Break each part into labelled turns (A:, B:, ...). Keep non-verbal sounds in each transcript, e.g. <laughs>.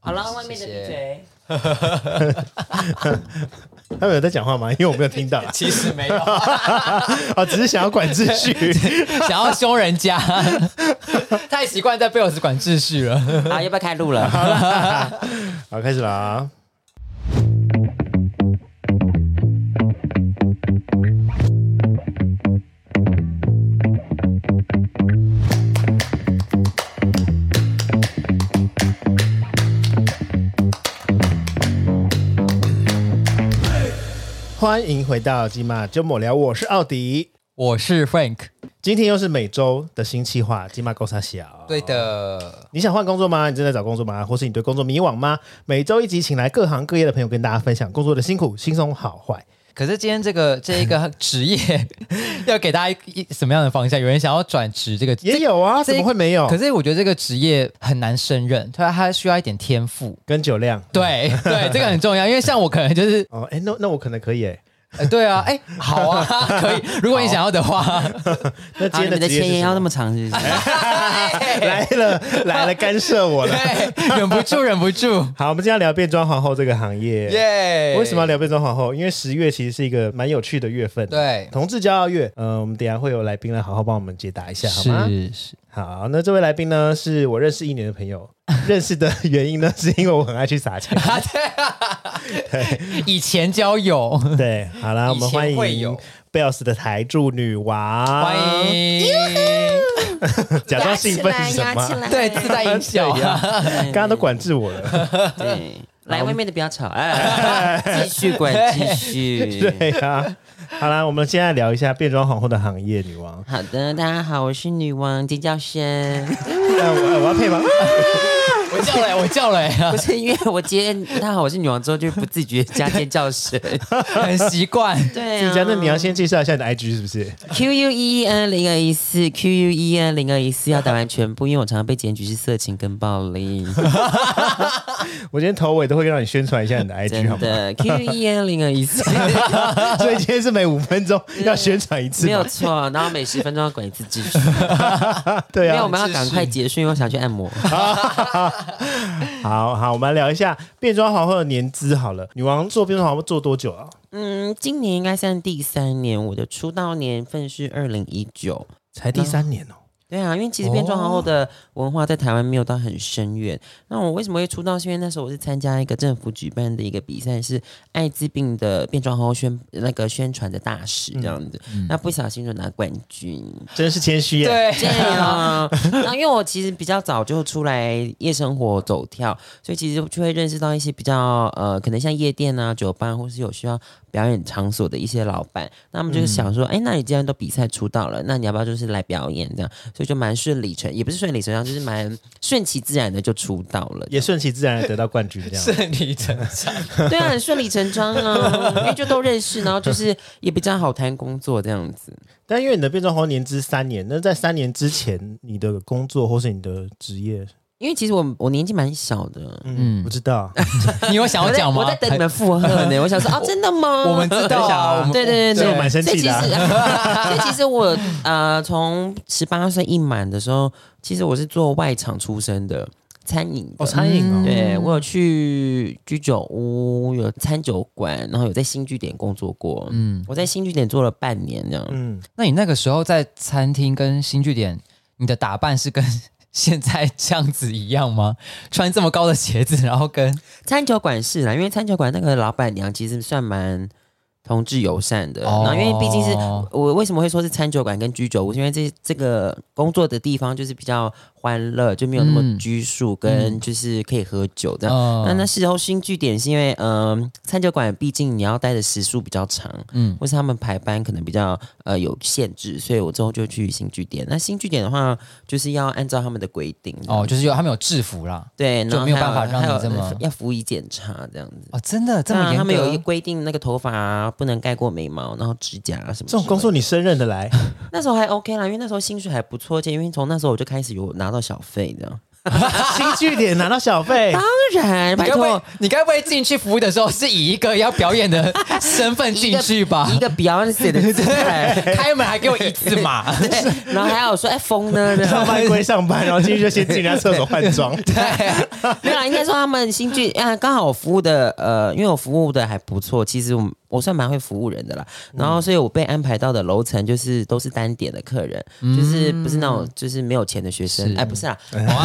A: 好了，外面的
B: 谢谢
A: 闭 <laughs> 嘴。
C: 他们有在讲话吗？因为我没有听到啦
B: 其实没有，
C: 啊，只是想要管秩序。
B: <laughs> 想要凶人家， <laughs> 太习惯在贝尔斯管秩序了。
A: 好，啊要不要开录了？
C: 好，开始啦。欢迎回到金马周末聊，我是奥迪。
B: 我是 Frank，
C: 今天又是每周的新企划，金马够沙小。
B: 对的，
C: 你想换工作吗？你正在找工作吗？或是你对工作迷惘吗？每周一集，请来各行各业的朋友跟大家分享工作的辛苦、轻松、好坏。
B: 可是今天这个这一个职业 <laughs> 要给大家一一什么样的方向？有人想要转职这个，
C: 也有啊，
B: 这
C: 怎么会没有？
B: 可是我觉得这个职业很难胜任，它它需要一点天赋。
C: 跟酒量
B: 对 <laughs> 对，这个很重要，因为像我可能就是，
C: 哦，哎，那那我可能可以哎。
B: 呃对啊，哎，好啊， <laughs> 可以，如果你想要的话，
C: 那
A: 好，啊你
C: <laughs> 今天的
A: 们的
C: 职业
A: 前
C: 是
A: 言
C: 什
A: 要那
C: 么哎
A: 么长是不是？
C: 来了来了，干涉我了。
B: 对，忍不住，忍不住，
C: 好，我们今天要聊变装皇后这个行
B: <laughs>
C: 业。
B: 耶！
C: 为什么要聊变装皇后？因为十月其实是一个蛮有趣的月份，，
B: 对，
C: 同志骄傲月。嗯、我们等一下会有来宾来好好帮我们解答一下，好吗？
B: 是是，
C: 好，那这位来宾呢，是我认识一年的朋友。认识的原因呢，是因为我很爱去撒钱。
B: 以前交友，
C: 对，好啦，我们欢
B: 以前会
C: 迎
B: 有
C: Bells 的台柱女王，
B: 欢，迎，
C: 假装兴奋是什么？
B: 对，自带音效，
C: 刚刚都管制我了，
A: 对，来外面的不要吵，哎， <laughs> 继续管，继
C: <laughs>
A: 续。
C: 对啊。好啦，我们现在聊一下变装皇后的行业女王。
A: 好的，大家好，我是女王尖叫声，
C: <laughs> 呃我我要配吗？
B: <laughs> 我叫了，我叫了，
A: 不是因为我今天大家好，我是女王之后就不自觉加尖叫
C: <laughs>
A: 声，
B: <laughs> 很习惯，
A: 对
C: 自
A: 啊
C: 己，家，那你要先介绍一下你的 IG 是不是？
A: Q U E E N 零二一四 Q U E E N 零二一四要打完全部，因为我常常被检举是色情跟暴力，
C: 我今天头尾都会让你宣传一下你的 IG 好
A: 真
C: 吗？
A: 的 Q U E N 零二一
C: <laughs>
A: 四
C: 所以今天是每五分钟要宣传一次
A: 没有
C: 吗，
A: 错，然后每十分钟要管一次秩序，
C: 对
A: 因为我
C: 啊。
A: 们要赶快结束，因为我想去按摩。
C: 好好，我们来聊一下变装皇后的年资好了。女王做变装皇后做多久啊？
A: 嗯，今年应该算第三年，我的出道年份是二零一九。
C: 才第三年哦。
A: 对啊，因为其实变装皇后的文化在台湾没有到很深远。那我为什么会出道？是因为那时候我是参加一个政府举办的一个比赛，是艾滋病的变装皇后宣那个宣传的大使这样子。
C: 嗯
A: 那不小心就拿冠军，
C: 真是谦虚耶。
B: 对，
A: 对啊。然后因为我其实比较早就出来夜生活走跳，所以其实就会认识到一些比较呃，可能像夜店啊、酒吧，或是有需要表演场所的一些老板。那他们就是想说，哎、那你既然都比赛出道了，那你要不要就是来表演这样？所以就蛮顺理成，也不是顺理成章，就是蛮顺其自然的就出道了。
C: 也顺其自然地得到冠军，这样
B: 顺理成章，
A: 对啊，很顺理成章啊，因为就都认识，然后就是也比较好谈工作这样子。
C: 但因为你的变装皇后年资三年，那在三年之前，你的工作或是你的职业，
A: 因为其实我我年纪蛮小的，
C: 嗯，不知道。
B: 你有想要讲吗？
A: 我在等你们附和呢。我想说啊，真的吗？
B: 我们知道啊我们
A: 对对对
C: 所以
A: 对，
C: 我蛮生气的啊
A: 所以其实， <laughs> 所以其实我呃，从十八岁一满的时候，其实我是做外场出身的，餐饮的。
C: 哦，餐饮哦，
A: 对，
B: 嗯
A: 我有去居酒屋，有餐酒馆，然后有在新据点工作过。嗯，我在新据点做了半年这样。
C: 嗯，
B: 那你那个时候在餐厅跟新据点，你的打扮是跟现在这样子一样吗？ <laughs> 穿这么高的鞋子，然后跟
A: 餐酒馆是啦，因为餐酒馆那个老板娘其实算蛮同志友善的。
B: 哦
A: 然后因为毕竟是我为什么会说是餐酒馆跟居酒屋，是因为这这个工作的地方就是比较欢乐，就没有那么
B: 嗯
A: 拘束，跟就是可以喝酒这样。
B: 嗯
A: 那那时候新据点是因为，嗯、餐酒馆毕竟你要待的时数比较长，嗯
B: 嗯，
A: 或是他们排班可能比较呃有限制，所以我之后就去新据点。那新据点的话，就是要按照他们的规定
B: 哦，
A: 哦，
B: 就是有他们有制服啦。
A: 对，
B: 就
A: 然后
B: 没有
A: 还
B: 办法让
A: 还
B: 你
A: 有
B: 这么
A: 要服仪检查这样子。
B: 哦，真的这
A: 当
B: 么
A: 然
B: 严
A: 他
B: 格？
A: 们有一个规定，那个头发、啊、不能盖过眉毛，然后指甲啊什么。
C: 这种工，作你胜任的来，
A: 那时候还 OK 啦，因为那时候薪水还不错，而且因为从那时候我就开始有拿到小费的。
C: 啊新据点拿到小费，当
A: 然，
B: 你
A: 拜
B: 该不
A: 托
B: 会，你该不会进去服务的时候是以一个要表演的 <laughs> 身份
A: 一
B: 进
A: 个
B: 去吧 <laughs>
A: 一？个 Beyonce 的姿态，
B: 开门还给我一字马， <laughs>
A: 对，然后还有说，哎、风呢？这样
C: 上班归上班，然后进去就先进人家厕所换装。
A: 没有啦，应该说他们新剧啊，刚好我服务的呃，因为我服务的还不错，其实我我算蛮会服务人的啦。然后，所以我被安排到的楼层就是都是单点的客人，就是不是那种就是没有钱的学生，
B: 是
A: 哎，不是啊，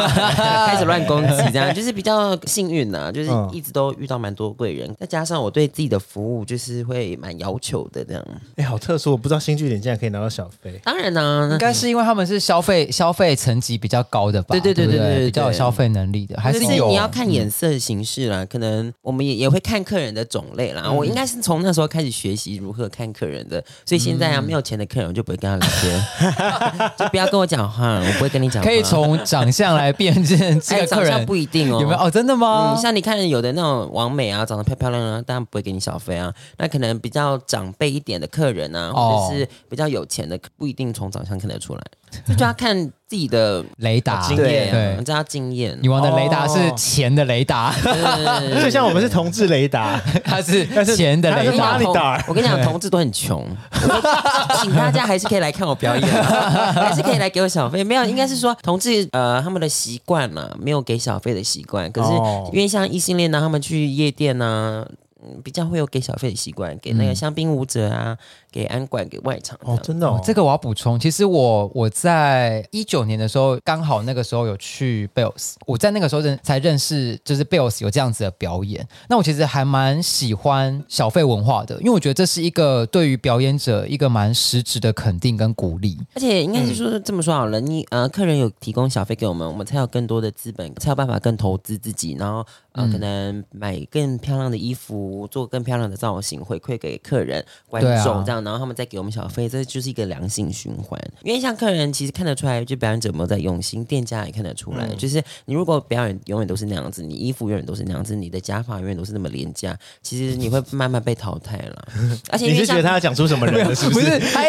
A: 开始乱攻击这样，就是比较幸运呐、就是
C: 嗯
A: 一直都遇到蛮多贵人，再加上我对自己的服务就是会蛮要求的这样。
C: 哎、好特殊，我不知道新据点竟然可以拿到小费。
A: 当然啊呢、
B: 应该是因为他们是消费消费层级比较高的吧？
A: 对对对
B: 不
A: 对对对
B: 比较有消费能力的，还
A: 就是
B: 有啊嗯
A: 你要看眼色行事啦，可能我们也也会看客人的种类啦。我应该是从那时候开始学习如何看客人的，所以现在啊，没有钱的客人我就不会跟他聊天，
B: <laughs>
A: <laughs> 就不要跟我讲话，我不会跟你讲话。
B: 可以从长相来辨认
A: <laughs>
B: 这
A: 哎
B: 个
A: 长
B: 客
A: 相
B: 人
A: 不一定哦，
B: 有没有？哦，真的吗
A: 嗯，？像你看有的那种王美啊，长得漂漂亮亮，当然不会给你小费啊。那可能比较长辈一点的客人啊，
B: 哦
A: 或者是比较有钱的，不一定从长相看得出来，这就要看自己的
B: 雷达
C: 经
A: 对
C: 验
A: 啊，
B: 对，
A: 这要经验。
B: 女王的雷达是
C: 哦
B: 钱的雷达， <laughs>
C: 就像我们是同志雷达，
B: 它是
C: 但是
B: 钱的
C: 它是
B: 雷
A: 我跟你
B: 达
C: 哪
A: 讲，
C: 里
A: 同
C: 打儿
A: 我跟你讲，同志都很穷，我说请大家还是可以来看我表演啊，
C: <laughs>
A: 还是可以来给我小费。没有，应该是说同志呃他们的习惯嘛，没有给小费的习惯。可是
C: 哦
A: 因为像异性恋呢，他们去夜店呢、嗯比较会有给小费的习惯，给那个香槟舞者啊，给安管，给外场这样。
C: 嗯哦，真的、哦
B: 哦，这个我要补充。其实我我在一九年的时候，刚好那个时候有去 Bells，我在那个时候认才认识，就是 Bells 有这样子的表演。那我其实还蛮喜欢小费文化的，因为我觉得这是一个对于表演者一个蛮实质的肯定跟鼓
A: <laughs>
B: 励。
A: 而且应该
C: 嗯
A: 是说这么说好了，你呃，客人有提供小费给我们，我们才有更多的资本，才有办法更投资自己，然后呃，
B: 嗯
A: 可能买更漂亮的衣服，做更漂亮的造型，回馈给客人、观
B: 对啊
A: 众这样，然后他们再给我们小费，这就是一个良性循环。因为像客人其实看得出来，就表演者有没有在用心，店家也看得出来，
C: 嗯
A: 就是你如果表演永远都是那样子，你衣服永远都是那样子，你的假发永远都是那么廉价，其实你会慢慢被淘汰
C: <laughs>
A: 了。而且因
C: 你
A: 为
C: 是觉
A: 像
C: 得他要讲出什么人了，是
B: 不
C: 不
B: 是
C: 是？，
B: 他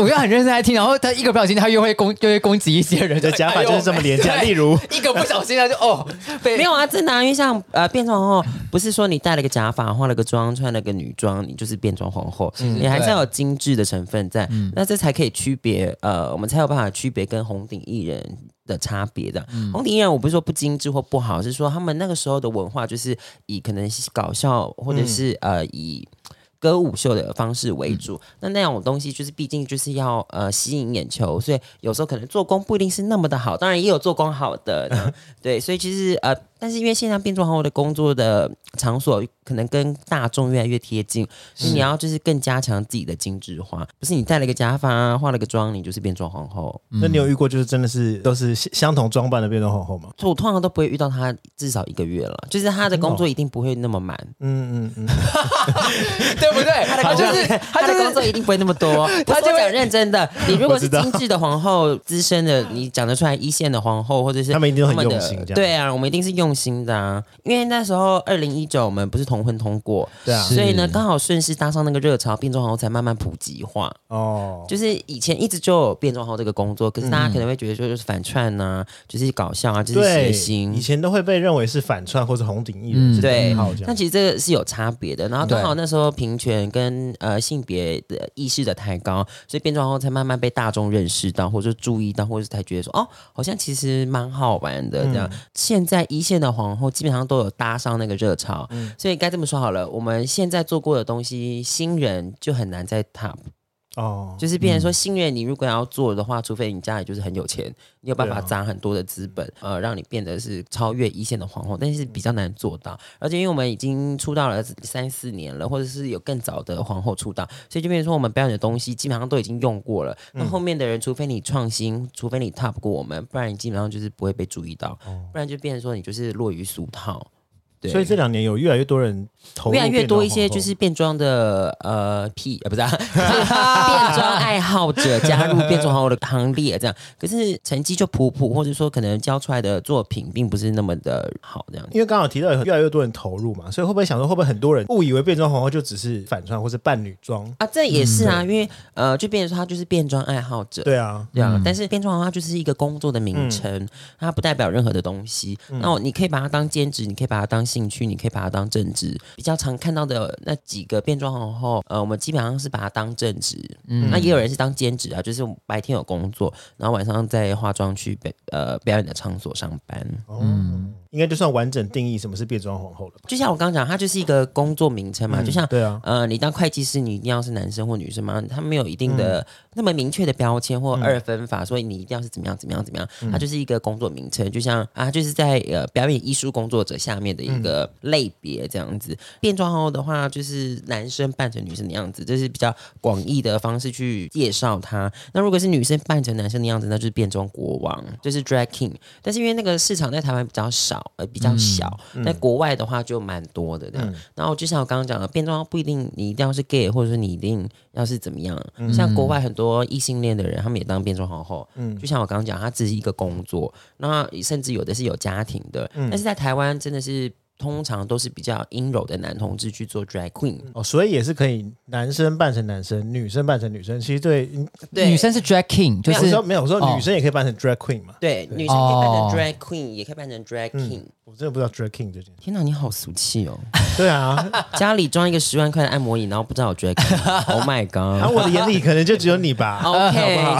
B: 我就很认真在听，然后他一个不小心，他又会攻又会攻击一些人，
C: 你的假发就是这么廉
A: <laughs>
C: 价，
B: 哎哎呦
C: 例如
B: 一个不小心他就哦被 <laughs>
A: 没有啊，真的、啊，因为像呃变装皇后，不是说你戴了个假发、化了个妆、穿了个女装，你就是变装皇后，你还是要有精致的成分在，那这才可以区别呃，我们才有办法区别跟红顶艺人。的差别的红顶艺人，我不是说不精致或不好，是说他们那个时候的文化就是以可能是搞笑或者是、呃以歌舞秀的方式为主。那那种东西就是毕竟就是要呃吸引眼球，所以有时候可能做工不一定是那么的好，当然也有做工好的，这样对，所以其实呃，但是因为现在变装皇后的工作的场所可能跟大众越来越贴近，所以你要就是更加强自己的精致化，不是你戴了个假发、啊、化了个妆，你就是变装皇后。
B: 嗯
C: 那你有遇过就是真的是都是相相同装扮的变装皇后吗？
A: 所以我通常都不会遇到他至少一个月了，就是他的工作一定不会那么满，
C: 哦嗯嗯嗯，
B: 对不对？他
C: <laughs>
B: 就是他
A: 他
B: 就
A: 的工
B: 是
A: 作一定不会那么多。
B: 他
A: 他
B: 就会
A: 就讲认真的，你如果是
C: 我知道
A: 精致的皇后、资深的，你讲得出来一线的皇后，或者是
C: 他们一定都很
A: 他们的
C: 用心这样
A: 对啊，我们一定是用心的啊，因为那时候二零一九我们不是同婚通过，
C: 对啊
B: 是，
A: 所以呢刚好顺势搭上那个热潮，变装皇后才慢慢普及化。
C: 哦，
A: 就是以前一直就有变装皇后这个工作，可是大家可能会觉得说就是反串呐、就是搞笑啊，就是
C: 嗯对，
A: 谐
C: 以
A: 星。
C: 前都会被认为是反串或者红顶艺人，
B: 嗯
C: 是
A: 对
C: 很好这
A: 那
C: 样。
A: 其实这个是有差别的，然后
B: 对
A: 刚好那时候平权跟呃性别的意识的抬高，所以变装皇后才慢慢被大众认识到，或者注意到，或者是才觉得说哦，好像其实蛮好玩的这样。
C: 嗯
A: 现在一线的皇后基本上都有搭上那个热潮，
C: 嗯
A: 所以该这么说好了，我们现在做过的东西，新人就很难再 top。
C: 哦，
A: 就是变成说，新人你如果要做的话，除非你家里就是很有
C: 啊
A: 钱，你有办法砸很多的资本，呃，让你变得是超越一线的皇后，但
C: 嗯
A: 是比较难做到。而且因为我们已经出道了三四年了，或者是有更早的皇后出道，所以就变成说我们表演的东西基本上都已经用过了。
C: 嗯
A: 那后面的人，除非你创新，除非你 top 过我们，不然你基本上就是不会被注意到，不然就变成说你就是落于俗套。对，
C: 哦所以这两年有越来越多人投入
A: 越来越多一
C: 电
A: 些
C: 脑皇后
A: 就是变装的呃屁呃不
C: <laughs>
A: 是、啊，变装爱好者加入变装皇后的行列这样，可是成绩就普普，或者说可能教出来的作品并不是那么的好这样子。
C: 因为刚好提到有越来越多人投入嘛，所以会不会想说，会不会很多人误以为变装皇后就只是反穿或是扮女装？
A: 啊，这也是啊，因为呃，就变成说他就是变装爱好者，
C: 对啊，
A: 对啊，
B: 嗯
A: 但是变装皇后它就是一个工作的名称，它不代表任何的东西。
B: 嗯
A: 那我你可以把它当兼职，你可以把它当兴趣，你可以把它当正职。比较常看到的那几个变装皇后，呃，我们基本上是把它当正职，
B: 嗯
A: 那也有人是当兼职啊，就是白天有工作，然后晚上在化妆区表呃表演的场所上班。
C: 哦，应该就算完整定义什么是变装皇后了吧？
A: 嗯就像我刚刚讲，它就是一个工作名称嘛，
B: 嗯
A: 就像
C: 对啊，
A: 呃，你当会计师，你一定要是男生或女生吗？他没有一定的、那么明确的标签或二分法，所以你一定要是怎么样怎么样怎么样，它就是一个工作名称，就像啊，就是在呃表演艺术工作者下面的一个类别这样子。变装皇后的话，就是男生扮成女生的样子，这是比较广义的方式去介绍它。那如果是女生扮成男生的样子，那就是变装国王，就是 drag king。但是因为那个市场在台湾比较少，呃，比较小，在国外的话就蛮多的这样。然后就像我刚刚讲的，变装不一定你一定要是 gay，或者说你一定要是怎么样。像国外很多异性恋的人，他们也当变装皇后。嗯，就像我刚刚讲，它只是一个工作，那甚至有的是有家庭的。但是在台湾真的是。通常都是比较阴柔的男同志去做 drag queen，
C: 哦，所以也是可以男生扮成男生，女生扮成女生。其实对，嗯
A: 对
B: 女生是 drag king，就
C: 我
B: 是
C: 说没有，我说
B: 哦
C: 女生也可以扮成 drag queen 嘛。
A: 对女生可以扮
B: 哦
A: 成 drag queen，、也可以扮成 drag king。
C: 我真的不知道 drag king 这件事。
A: 天哪，你好俗气哦！
C: 对啊，
A: <laughs> 家里装一个十万块的按摩椅，然后不知道有 drag queen，Oh my
C: 然后
A: god！OK，、
C: 我的眼里可能就只有你吧，好不好？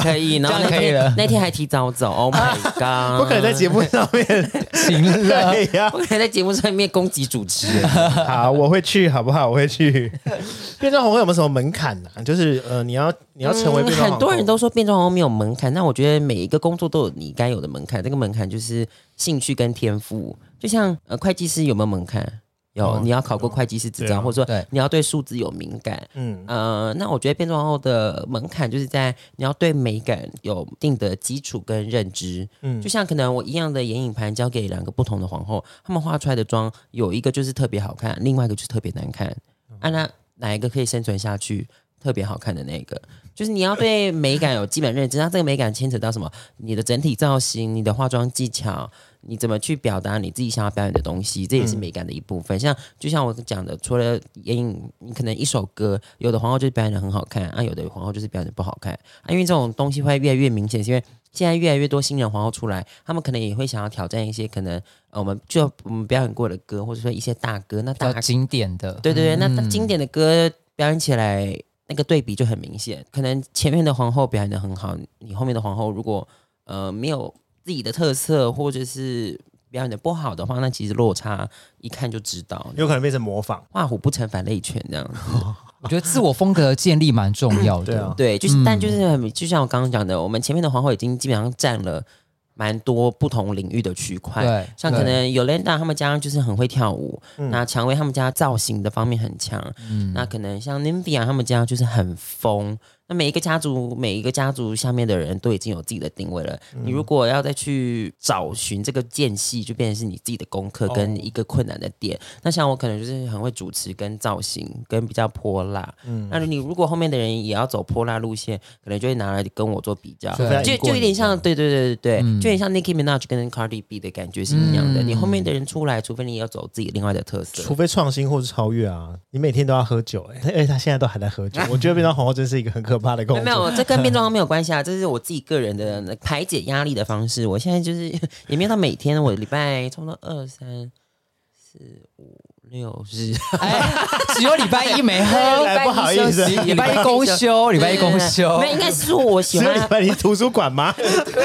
A: 可以，然后
B: 这
A: 那
B: 样可以
A: 天
B: 了
A: 那天还提早走，Oh
C: <laughs>
A: my god！
C: 不可能在节目上面。
A: 嗯
B: 行了。
C: <laughs> 对呀、
A: 不可能在节目上面攻击主持人。
C: 好，我会去，好不好？我会去。 <laughs> 变装皇后有没有什么门槛呢、就是呃，你要 <laughs> 你要成为变装皇后、
A: 嗯很多人都说变装皇后没有门槛，那我觉得每一个工作都有你该有的门槛，这个门槛就是兴趣跟天赋。就像呃，会计师有没有门槛？有，
C: 哦
A: 你要考过会计师执照，
C: 对啊
A: 或者说
B: 对
A: 你要对数字有敏感。
C: 嗯
A: 呃，那我觉得变装皇后的门槛就是在你要对美感有一定的基础跟认知。
C: 嗯
A: 就，像可能我一样的眼影盘交给两个不同的皇后，她们画出来的妆有一个就是特别好看，另外一个就是特别难看。啊，那哪一个可以生存下去？特别好看的那个，就是你要对美感有基本认知。那这个美感牵扯到什么？你的整体造型、你的化妆技巧，你怎么去表达你自己想要表演的东西，这也是美感的一部分。像就像我讲的，除了眼影，你可能一首歌，有的皇后就是表演的很好看，啊，有的皇后就是表演的不好看啊。因为这种东西会越来越明显，是因为现在越来越多新人皇后出来，他们可能也会想要挑战一些可能、呃、我们就我们表演过的歌，或者说一些大歌。那
B: 比较
A: 大
B: 经典的，
A: 对对对，
B: 嗯
A: 那那经典的歌表演起来，那个对比就很明显。可能前面的皇后表演的很好，你后面的皇后如果呃没有自己的特色，或者是表演的不好的话，那其实落差一看就知道。
C: 有可能变成模仿。
A: 画虎不成反类犬这样子，
B: 我觉得自我风格的建立蛮重要
C: 对啊
B: 的。
A: 对，就是、
B: 嗯
A: 但就是很就像我刚刚讲的，我们前面的皇后已经基本上占了蛮多不同领域的区块，
B: 对，
A: 像可
B: 对
A: 能 Yolanda 他们家就是很会跳舞，那蔷薇他们家造型的方面很强，那可能像 Nivea 他们家就是很疯。那每一个家族，每一个家族下面的人都已经有自己的定位了。你如果要再去找寻这个间隙，就变成是你自己的功课
C: 哦
A: 跟一个困难的点。那像我可能就是很会主持跟造型，跟比较泼辣。那你如果后面的人也要走泼辣路线，可能就会拿来跟我做比较。
B: 对
C: 除非他
A: 就
C: 赢过
A: 就有
C: 你
A: 点
C: 这样
A: 像，对对对对对，就有点像 Nicki Minaj 跟 Cardi B 的感觉是一样的。
B: 嗯
A: 你后面的人出来，除非你要走自己另外的特色。
C: 除非创新或是超越啊！你每天都要喝酒、 <laughs> 欸，而且他现在都还在喝 <laughs> 酒。我觉得变装皇后真是一个很可怕的工
A: 没
C: 作。
A: 有没有，这跟变装没有关系啊，这是我自己个人的那排解压力的方式。我现在就是也没有到每天，我礼拜差不多二三四五六日，
B: 哎，只有礼拜一没喝，
A: <laughs>
C: 来不好意思
A: 礼拜一休息
B: 礼拜一
A: <laughs>
B: 公休，礼拜一公休
A: 没，有应该是说我喜
C: 只有
A: 欢
C: 你们你图书馆 <laughs> 吗？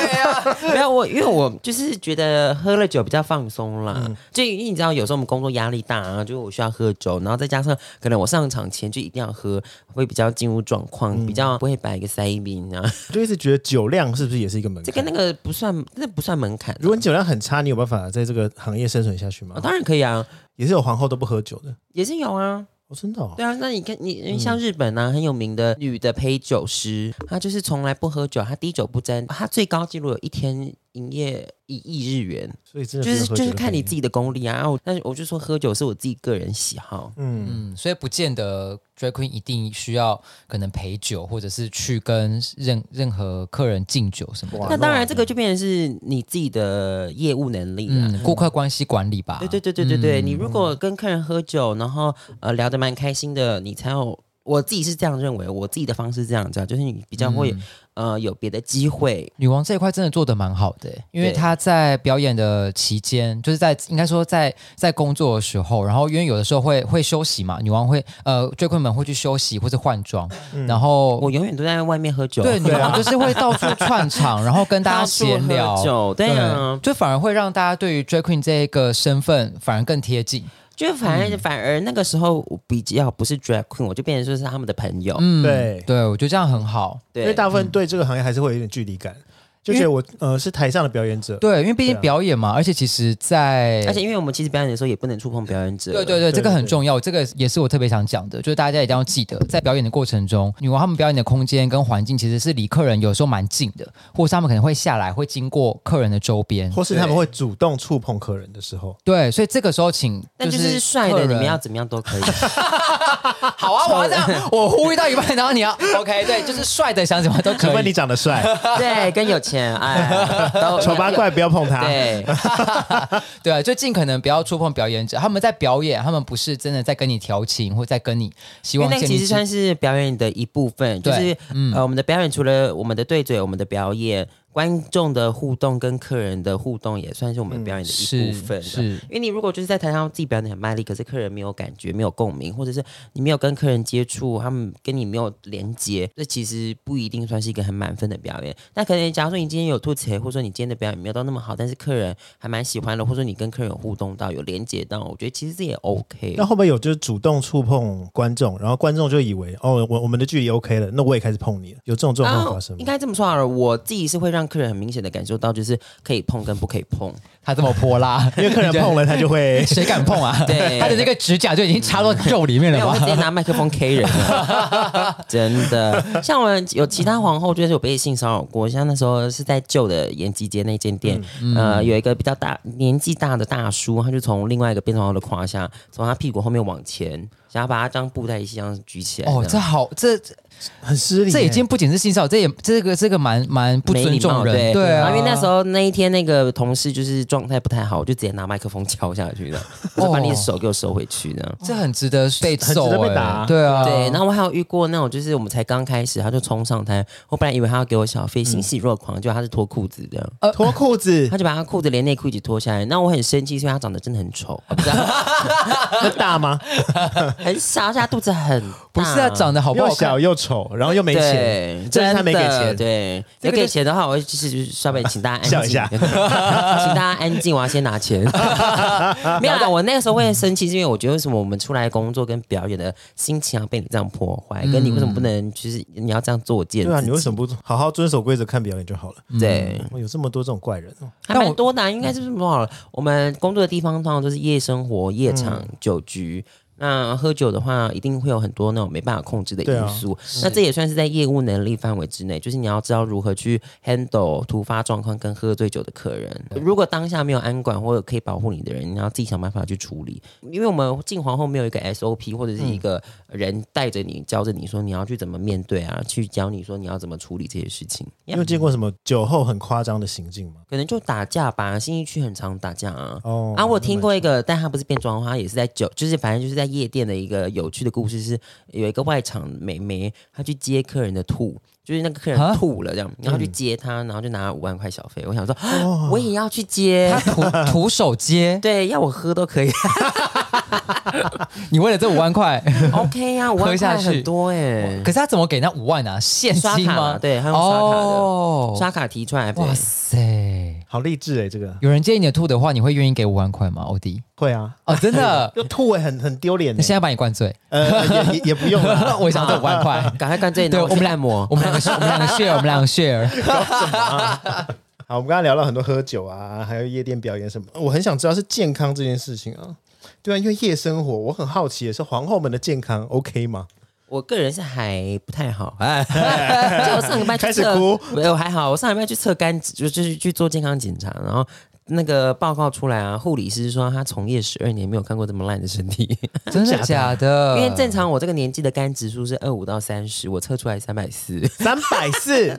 A: <laughs> 没有我，因为我就是觉得喝了酒比较放松啦。
C: 嗯
A: 就因为你知道，有时候我们工作压力大啊，就是我需要喝酒，然后再加上可能我上场前就一定要喝，会比较进入状况，
C: 嗯
A: 比较不会摆一个塞宾啊。
C: 就一直觉得酒量是不是也是一个门
A: 这
C: 槛？
A: 跟那个不算，那不算门槛啊、
C: 如果你酒量很差，你有办法在这个行业生存下去吗
A: 哦、？当然可以啊，
C: 也是有皇后都不喝酒的，
A: 也是有啊。
C: 哦，真的、哦。
A: 对啊，那你看你
C: 嗯
A: 你像日本啊，很有名的女的陪酒师，她就是从来不喝酒，她滴酒不沾，她最高纪录有一天。营业一亿日元，
C: 所以真
A: 就
C: 的不用
A: 是
C: 喝
A: 就
C: 酒
A: 是
C: 的
A: 看你
C: 朋友
A: 自己的功力啊。啊我但是我就说喝酒是我自己个人喜好，
C: 嗯，
B: 嗯，所以不见得 drag queen 一定需要可能陪酒，或者是去跟任任何客人敬酒什么
C: 哇
B: 的。
A: 那当然这个就变成是你自己的业务能力了、
B: 嗯，顾客关系管理吧。
A: 对对对对对对，你如果跟客人喝酒，然后呃聊得蛮开心的，你才有。我自己是这样认为，我自己的方式是这样讲，啊就是你比较会、呃有别的机会，
B: 女王这一块真的做得蛮好的、因为
A: 对
B: 她在表演的期间，就是在应该说在在工作的时候，然后因为有的时候会会休息嘛，女王会呃追困们会去休息或是换装，
A: 嗯
B: 然后
A: 我永远都在外面喝酒，
B: 对女王就是会到处串场，然后跟大家闲
A: 到处喝
B: 聊。
A: 酒， <laughs> 对啊，
B: 就反而会让大家对于 drag queen 这一个身份反而更贴近。
A: 就反而、反而那个时候我比较不是 drag queen，我就变成说是他们的朋友，
B: 嗯，
C: 对
B: 对，我觉得这样很好。
A: 对，
C: 因为大部分对这个行业还是会有一点距离感，就觉得我呃是台上的表演者，
B: 对，因为毕
C: 对
B: 竟
C: 啊
B: 表演嘛，而且其实在，
C: 哎
A: 而且因为我们其实表演的时候也不能触碰表演者，
B: 对对对，这个
C: 对
B: 很
C: 对
B: 重要，这个也是我特别想讲的，就是大家一定要记得，在表演的过程中，女王她们表演的空间跟环境其实是离客人有时候蛮近的，或是他们可能会下来，会经过客人的周边。
C: 或是他们会主动触碰客人的时候，
B: 对，所以这个时候请，
A: 但就
B: 就是
A: 帅
B: 客
A: 的
B: 人
A: 你们要怎么样都可以，
B: 好啊，我要这样，我呼吁到一半，然后你要 OK，对，就是帅的想怎么都
C: 除
B: 可
C: 非你
B: 以。
C: 长得帅，
A: <laughs> 对，跟有钱 <laughs> 哎，都
C: 丑八怪不要碰他。
A: <laughs> 对，
B: 对啊，就尽可能不要触碰表演者，他们在表演，他们不是真的在跟你调情，或在跟你希
A: 因为
B: 望
A: 那
B: 建
A: 个
B: 立
A: 其实
B: 亲
A: 算是表演的一部分，就
B: 对
A: 是、呃，我们的表演除了我们的对嘴、我们的表演、观众的互动跟客人的互动，也算是我们表演的一部分。
B: 是是，
A: 因为你如嗯果就是在台上自己表演的很卖力，可是客人没有感觉、没有共鸣，或者是你没有跟客人接触，他们跟你没有连接，这其实不一定算是一个很满分的表演。那可能假如说你今天有吐槽，或者说你今天的表演没有到那么好，但是客人还蛮喜欢的，或者说你跟客人有互动到、有连接到，我觉得其实这也 OK。
C: 那会不会有就是主动触碰观众，然后观众就以为哦，我我们的距离 OK 了，那我也开始碰你了，有这种状况发生
A: 哦应
C: 吗？
A: 该这么说好了，我自己是会让客人很明显的感受到，就是可以碰跟不可以碰。
B: 他这么泼辣，
C: 因为
B: <laughs>
C: 客人碰了，他就会
B: 谁敢碰啊？
A: <laughs> 对
B: 他的那个指甲就已经插到肉里面
A: 没
B: 了
A: 有，
B: <laughs>
A: 我会
B: 吧
A: 直？接拿麦克风 K 人
B: <laughs>
A: 了，真的。像我有其他皇后，就是有被性骚扰过。像那时候是在旧的延吉街那间店，
B: 嗯
A: 呃，有一个比较大年纪大的大叔，他就从另外一个变装皇后的胯下，从他屁股后面往前，想要把他当布袋戏一样举起来。
B: 哦，这
A: 样
B: 好，这
C: <laughs> 很失礼耶。
B: 这已经不仅是性骚扰，这也这个这个蛮蛮不
A: 没
B: 尊
A: 礼
B: 重
A: 貌
B: 人，
A: 对
B: 对
A: 然
B: 啊，
A: 后因为那时候那一天那个同事就是状态不太好，我就直接拿麦克风敲下去
B: <laughs>
A: 的，我
B: 哦
A: 说把你的手给我收回去这样。
B: 这很值得被
C: 很值
B: 揍、
C: 得被
B: 哎
C: 打
B: 对啊，
A: 对，然后我还有遇过那种，就是我们才刚开始，他就冲上台，我本来以为他要给我小费，
C: 嗯
A: 欣喜若狂，结果他是脱裤子这样，
C: 脱裤子
A: 他就把他裤子连内裤一起脱下来，那我很生气，所以他长得真的很丑，啊不是啊
C: 大吗？
A: 很小，而且他肚子很大，
B: 不是啊，长得好不好
C: 又
B: 看
C: 小？又丑，然后又没
A: 对
C: 钱，，但
A: 真
C: 是他
A: 的
C: 没给钱。
A: 对，
C: 这
A: 有
C: 个就
A: 给钱的话，我会就是就是稍微请大家安
C: 笑
A: 静
C: 一下
A: 请大家安静，我要先拿
C: <laughs>
A: 钱。没有啦，我那个时候会生气，是因为我觉得为什么我们出来工作跟表演的心情要被你这样破坏，跟你为什么不能就是你要这样作践？
C: 嗯对啊，你为什么不好好遵守规则看表演就好了？
A: 么嗯对？
C: 哇有这么多这种怪人哦，
A: 还蛮多的啊、应该是不是好了？我们工作的地方通常都是夜生活、夜场、酒局。那喝酒的话，一定会有很多那种没办法控制的因素。那这也算是在业务能力范围之内，就是你要知道如何去 handle 突发状况跟喝醉酒的客人。如果当下没有安管或者可以保护你的人，你要自己想办法去处理。因为我们进皇后没有一个 SOP 或者是一个人带着你教着你说你要去怎么面对啊，去教你说你要怎么处理这些事情。
C: 你有见过什么酒后很夸张的行径吗？
A: 可能就打架吧，新一区很常打架啊。
C: 哦
A: 啊，我听过一个，但他不是变装的话，他也是在酒，就是反正就是在夜店的一个有趣的故事是，有一个外场美眉，她去接客人的吐，就是那个客
B: 啊
A: 人吐了这样，然后她去接他，然后就拿五万块小费。我想说，我也要去接
B: 他，
A: <laughs>
B: 徒徒手接，
A: 对，要我喝都
B: <laughs>
A: 可以
B: 你为了这五万
A: <laughs>
B: 块，
A: ，OK 呀、啊，五
B: 喝
A: 万
B: 下
A: 块
B: 去
A: 很多哎、
B: 可是他怎么给那五万啊？现
A: 刷
B: 金
A: 卡啦
B: 吗？
A: 对，他用刷卡的，
B: 哦，
A: 刷卡提出来，对
B: 哇塞！
C: 好励志哎，这个
B: 有人建议你的吐的话，你会愿意给五万块吗？欧弟，
C: 会啊，，
B: 哦，真
A: <laughs>
B: 的
C: 就吐哎，很很丢脸
B: 那现
C: 欸。
B: 在把你灌醉，
C: 呃，也也也不用
B: <laughs>
C: 了，<laughs>
B: 我想这五万块，
A: 赶快干这里，
B: 对
A: 然后
B: 我们
A: 去
B: 俩
A: 按摩
B: 我。们两个我们
C: <laughs>
B: 两个 share，我们两个 share。
C: 好，我们刚刚聊了很多喝酒啊，还有夜店表演什么，我很想知道是健康这件事情啊。对啊，因为夜生活，我很好奇的是皇后们的健康 OK 吗？
A: 我个人是还不太好，哎， <laughs> 就我上礼拜去
C: 开始
A: 测
C: 哭，
A: 没有还好，我上礼拜去测肝，就就是去做健康检查，然后那个报告出来啊，护理师说他从业十二年没有看过这么烂的身
C: <laughs>
A: 体，
B: 真的假的？
A: 因
C: 呃
A: 为正常我这个年纪的肝指数是二五到三十，我测出来三百四， <laughs>
C: 三百四，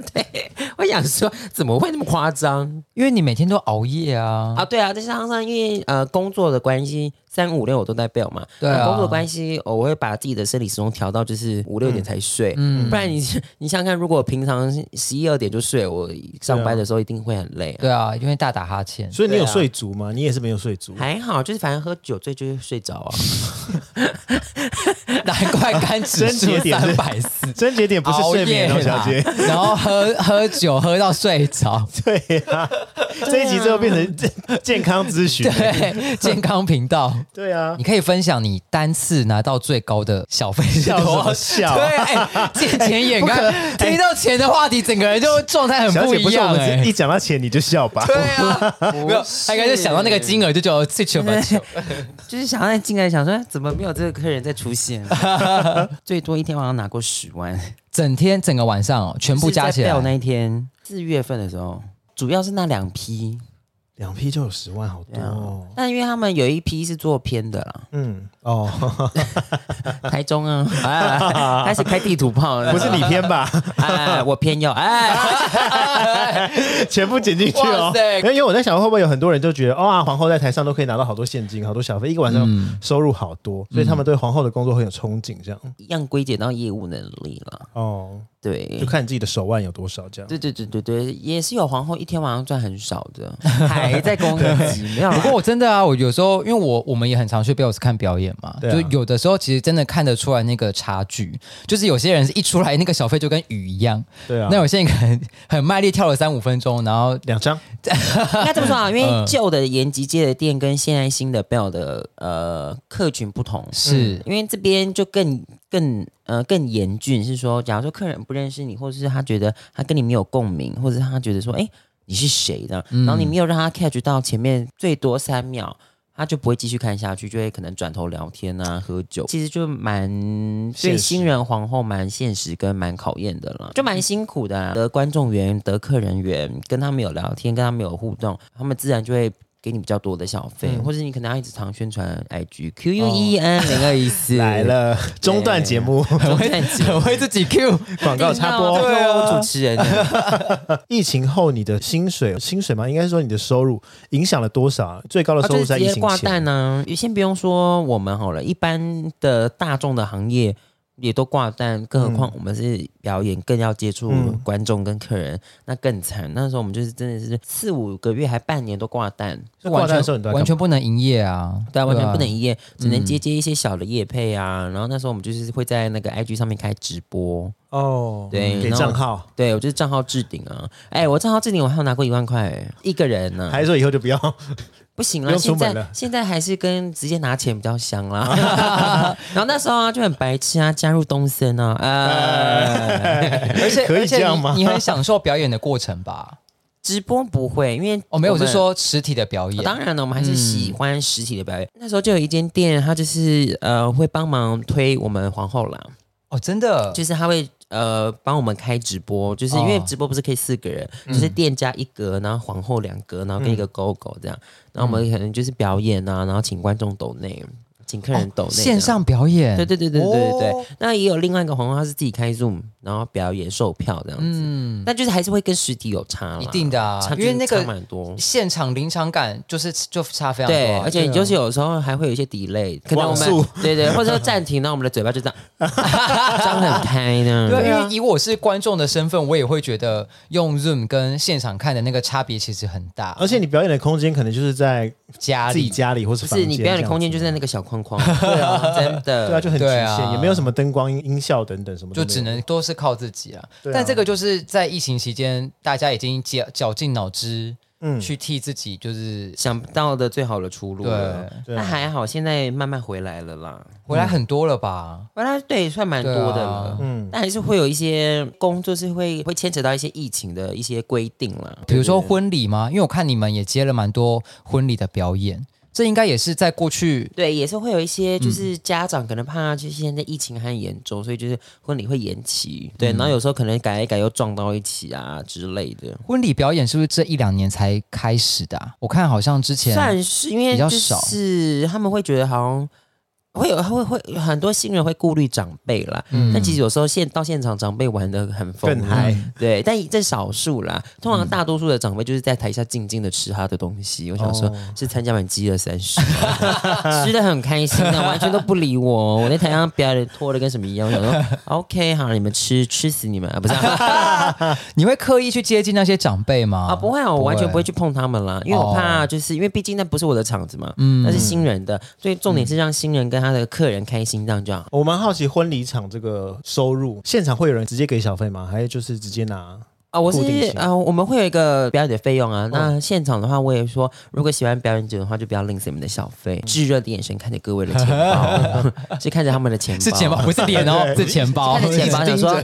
A: 我想说怎么会那么夸张
B: 因为你每天都熬夜啊，
A: 啊？对啊，再加上因为呃工作的关系，三五六我都在 b 嘛，
B: 对啊
A: 那工作的关系、哦我会把自己的生理时钟调到就是五六点才睡，不然你你想想看，如果平常十一二点就睡，我上班的时候一定会很累、啊。
B: 对啊，因为大打哈欠。
C: <laughs> 所以你有
A: 对啊
C: 睡足吗？你也是没有睡足，
A: 还好，就是反正喝酒醉就会睡着啊。
B: 难怪肝指
C: 真
B: 数
C: 节点是
B: 三百四，
C: 症结点不是睡眠
B: 熬
C: 哦，
B: 夜
C: 小
B: 啦
C: <laughs> 姐。
B: <laughs> 然后喝喝酒喝到睡着，
C: <laughs> 对啊，这一集之后变成健健康咨询。
B: 对健康频道，
C: 对啊
B: 你，可以分享你单次拿到最高的小费是
C: 笑什
B: 多
C: 么
B: 少？
C: 笑
B: 对，哎借钱
C: <laughs>
B: 眼开，听到钱的话题，整个人就状态很
C: 小
B: 不
C: 姐
B: 一
C: 不是我
B: 样
C: 们
B: 哎
C: 一。欸讲到钱你就笑吧。
B: 对啊，
C: <laughs>
B: 没有，他应该就想到那个金额就叫最九百九，
A: <laughs> 就是想要进来想说，哎怎么没有这个客人再出现？ <laughs> 最多一天晚上拿过十万，
B: 整天整个晚上哦，全部加
A: 就是
B: 起
A: 在 Bell
B: 来
A: 那一天啊四月份的时候，主要是那两批，
C: 两批就有十万，好多哦。
A: 但因为他们有一批是做偏的啦，
C: 嗯，哦， <laughs>
A: <laughs> 台中啊，哎，开始开地图炮了，
C: 不是你偏吧？
A: 哎，我偏要，哎， <laughs>
C: 全部剪进去哦
B: 哇。塞
C: 因为我在想，会不会有很多人就觉得，哇、皇后在台上都可以拿到好多现金、好多小费，一个晚上
A: 嗯
C: 收入好多，所以他们对皇后的工作很有憧憬，这样。
A: 一样归结到业务能力了，
C: 哦，就
A: 对。
C: 看你自己的手腕有多少，这样。
A: 嗯对对对对对，也是有皇后一天晚上赚很少的，还在攻
C: <laughs>
A: 击，没有啦。
B: 不过我真的啊，我有时候因为我我们也很常去贝尔斯看表演嘛，
C: 对啊
B: 就有的时候其实真的看得出来那个差距，就是有些人是一出来那个小费就跟雨一样，
C: 对啊，
B: 那有些人可能很卖力跳了三五分钟，然后
C: 两张
A: 应该这么说啊，因为
B: 嗯
A: 旧的延吉街的店跟现在新的 Bell 的呃客群不同，
B: 是、
A: 因为这边就更更呃更严峻，是说，假如说客人不认识你，或者是他觉得他跟你没有共鸣，或者是他觉得说，哎、你是谁的，
B: 嗯
A: 然后你没有让他 catch 到前面最多三秒。他就不会继续看下去，就会可能转头聊天啊、喝酒，其实就蛮
C: 现
A: 对
C: 实
A: 新人皇后蛮现实跟蛮考验的啦，就蛮辛苦的、啊。得观众缘，得客人缘，跟他们有聊天，跟他们有互动，他们自然就会给你比较多的小费，或者你可能要一直常宣传 IG Q U E N 零二一 <laughs> 四
C: 来了，中断节目
A: 很会很
B: 很会自己 Q，
C: 广告插播。
A: 对啊，主持人
C: 疫情后你的薪水，薪水吗？应该是说你的收入影响了多少啊？最高的
A: 他
C: 收
A: 哦就
C: 入
A: 是
C: 在
A: 直
C: 疫
A: 接
C: 情
A: 挂
C: 前。
A: 蛋呢、啊。先不用说我们好了，一般的大众的行业也都挂蛋，更何况我们是表演，更要接触
C: 嗯
A: 观众跟客人，那更惨。那时候我们就是真的是四五个月还半年都挂蛋，
C: 就挂
B: 完
C: 蛋的时候你
B: 全
C: 都在干嘛
B: 完全不能营业啊，
A: 对啊，完全不能
B: 啊。
A: 营业，只能
C: 嗯
A: 接接一些小的业配啊。然后那时候我们就是会在那个 IG 上面开直播，
C: 哦，
A: 对
C: 给
A: 然后
C: 账号，
A: 对我就是账号置顶啊。哎、我账号置顶，我还有拿过一万块、哎一个人呢、
C: 还是说以后就不要？ <laughs>
A: 不行
C: 不
A: 啦，
C: 用出
A: 现
C: 门
A: 在
C: 了
A: 现在还是跟直接拿钱比较香啦。
B: <laughs>
A: <laughs> 然后那时候啊就很白痴啊，加入东森啊，
B: <laughs>
A: 呃，
B: 而且
C: 可以
B: 而且
C: 这样吗
B: 你你很享受表演的过程吧？
A: 直播不会，因为
B: 哦，没有，我
A: 们
B: 是。说实体的表
A: 哦
B: 演。
A: 当然了，我们还是喜欢实体的表演。
B: 嗯
A: 那时候就有一间店，它就是呃会帮忙推我们皇后啦，
B: 哦，真的，
A: 就是他会呃帮我们开直播，就是因为
B: 哦嗯
A: 直播不是可以四个人，就是店家一格，然后皇后两格，然后跟一个狗狗这样。然后我们可能就是表演啊，然后请观众抖内，请客人抖内、
B: 哦线上表演，
A: 对对对对对对对。
B: 哦
A: 那也有另外一个皇后，她是自己开 Zoom，然后表演售票这样子，
B: 嗯，
A: 但就是还是会跟实体有差啦，
B: 一定的啊
A: 差，
B: 因为那个
A: 差蛮多。
B: 现场临场感就是就差非常多
A: 对，
B: 啊、
A: 而且就是有时候还会有一些 delay，可能我
C: 网
A: 们对对，或者说暂停，那我们的嘴巴就这样
B: <laughs>
A: 张得很开呢。
B: 对，因啊
C: 啊
B: 为以我是观众的身份，我也会觉得用 Zoom 跟现场看的那个差别其实很大。
C: 而且你表演的空间可能就是在
B: 家
C: 自己
B: 里
C: 家里或是
A: 不
C: 房间
A: 是你表演的空间就
C: 这样
A: 在
C: 子
A: 那个小框
B: <laughs>
A: 框，对啊，真的，
C: 对啊，就很局
B: 对
C: 限，
B: 啊
C: 也没有什么灯光、音音效等等什么都没
B: 就
C: 有，
B: 只能都是靠自己啊。
C: 对啊
B: 但这个就是在疫情期间，大家已经绞绞尽脑汁
C: 嗯
B: 去替自己，就是
A: 想不到的最好的出路了。
C: 对对
A: 那
B: 啊
A: 还好，现在慢慢回来了啦，
B: 回来很多了吧？
A: 回来对算蛮多的了。
B: 对
C: 嗯，
A: 但还是会有一些工作是会会牵扯到一些疫情的一些规定啦，
B: 比如说
A: 对对对
B: 婚礼吗？因为我看你们也接了蛮多婚礼的表演，这应该也是在过去
A: 对，也是会有一些，就是家长可能怕，就是现在疫情很严重，所以就是婚礼会延期。对，然后有时候可能改一改又撞到一起啊之类的。
B: 婚礼表演是不是这一两年才开始的、啊？我看好像之前
A: 算是因为
B: 比较
A: 就
B: 少
A: 是他们会觉得好像会有会会有很多新人会顾虑长辈啦，
B: 嗯
A: 但其实有时候现到现场长辈玩的很疯
C: 更嗨
A: 狂，对，但这少数啦。通常大多数的长辈就是在台下静静的吃他的东西。我想说
C: 哦，
A: 是参加完饥饿三十，吃的很开心的，完全都不理我。我在台上表演拖的跟什么一样，我想说 OK，好，你们吃，吃死你们啊！不是啊
B: 你会刻意去接近那些长辈吗？
A: 啊，不会啊，我完全不会去碰他们啦，因为我怕就是因为毕竟那不是我的场子嘛，那是新人的，所以重点是让新人跟他的客人开心，这样就好。
C: 我蛮好奇婚礼场这个收入，现场会有人直接给小费吗？还是就是直接拿？
A: 啊，我是
C: 固定型
A: 啊、我们会有一个表演的费用啊。那现场的话，我也说，如果喜欢表演者的话，就不要吝啬你们的小费。炙热的眼神看着各位的钱包，是看着他们的钱包，
B: 是钱包，不是脸哦， <laughs> 是钱包，
A: 看着钱包，想说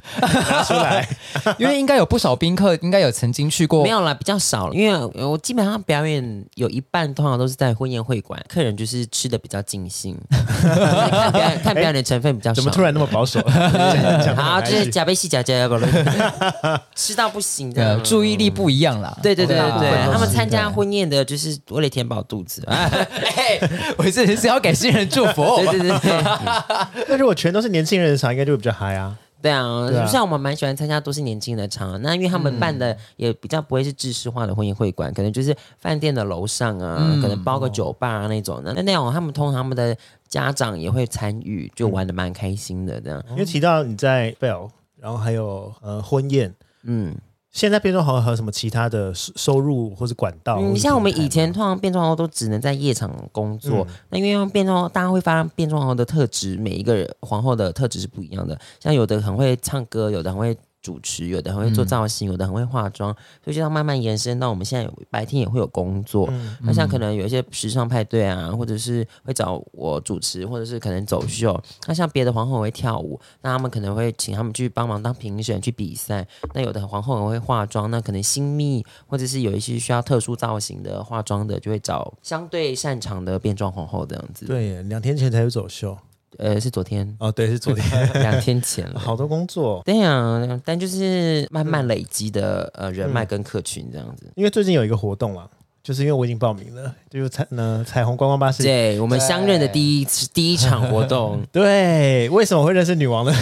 C: 出来，
B: <laughs> 因为应该有不少宾客应该有曾经去过
A: 没，有啦，比较少了，因为呃我基本上表演有一半通常都是在婚宴会馆，客人就是吃的比较尽兴，就是看表演看表演的成分比较少。
C: 怎么突然那么保守？ <laughs>
A: <laughs> 好，
B: 啊
C: 好
A: 就是假杯戏假假 <laughs> 不吃到不行的，，
B: 呃
A: 嗯
B: 注意力不一样啦。
A: 对对对对
B: 大部分
A: 对，
B: 都
A: 他们
B: 是
A: 参加
B: 对 <laughs>
A: 婚宴的，就是为了填饱肚子。啊 <laughs>
B: 哎我这是要给新人祝福。哦
A: 对对对 <laughs> 对，
C: 那如果全都是年轻人的场，应该就会比较嗨啊。
A: 对啊，
C: 对啊
A: 像我们蛮喜欢参加都是年轻人的场，那因为他们办的也比较不会是制式化的婚宴会馆，可能就是饭店的楼上啊，可能包个酒吧啊那种的。那那种他们通常他们的家长也会参与，就玩的蛮开心的这
B: 哦
A: 样。
C: 因为提到你在 Bell，然后还有呃婚宴，
A: 嗯，
C: 现在变装皇后还有什么其他的收收入或是管道？
A: 你、
C: 或是
A: 嗯像我们
C: 平台
A: 以前通常变装皇后都只能在夜场工作，那因为变装大家会发现变装皇后的特质，每一个皇后的特质是不一样的，像有的很会唱歌，有的很会。主持有的很会做造型，有的很会化妆，所以就要慢慢延伸到我们现在白天也会有工作，
C: 嗯
A: 那像可能有一些时尚派对啊，或者是会找我主持，或者是可能走秀。那像别的皇后很会跳舞，那他们可能会请他们去帮忙当评审去比赛。那有的皇后很会化妆，那可能新密或者是有一些需要特殊造型的化妆的，就会找相对擅长的变装皇后这样子。
C: 对耶，两天前才有走秀，
A: 呃，是昨天
C: 哦，对，是昨天， <laughs>
A: 两天前了。 <laughs>
C: 好多工作。哦
A: 对啊，但就是慢慢累积的呃人
C: 嗯
A: 脉跟客群这样子。
C: 因为最近有一个活动啦，就是因为我已经报名了，就是彩呢彩虹观光巴士。
A: 对我们相认的第一次第一场活动，
C: 对，为什么会认识女王呢？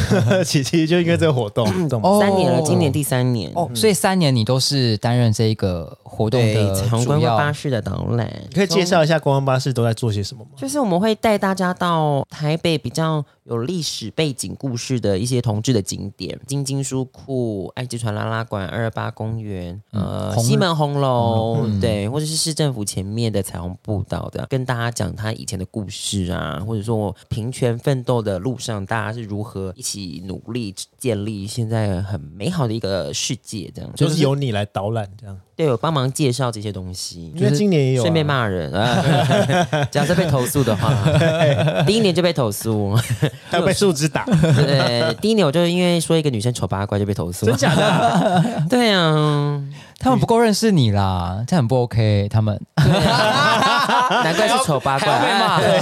C: 琪琪就因为这个活动，懂吗？
B: <laughs> 哦
A: 三年了，今年第三年
B: 哦，所以三年你都是担任这一个活动
A: 对，
B: 的
A: 长
B: 主
A: 观光巴
B: 要。
A: 士的导览，
C: 你可以介绍一下观光巴士都在做些什么吗？
A: 就是我们会带大家到台北比较有历史背景故事的一些同志的景点，金金书库、爱之船拉拉馆、二二八公园、呃
B: 红
A: 西门红楼，嗯对，或者是市政府前面的彩虹步道的，跟大家讲他以前的故事啊，或者说我平权奋斗的路上，大家是如何一起努力建立现在很美好的一个世界，这样
C: 就
A: 就是是
C: 由你来导览这样，
A: 对我帮忙介绍这些东西，
C: 因为今年也有啊
A: 顺便骂人啊！假设被投诉的话，第一年就被投诉。
C: 还有被树
B: <laughs>
C: 枝打，
A: 对，第一年我就因为说一个女生丑八怪就被投诉。真假的？ <laughs> 对啊，
B: 他们不够认识你啦，这样很不 OK。他们
A: 啊
B: 啊
A: 难怪是丑八怪，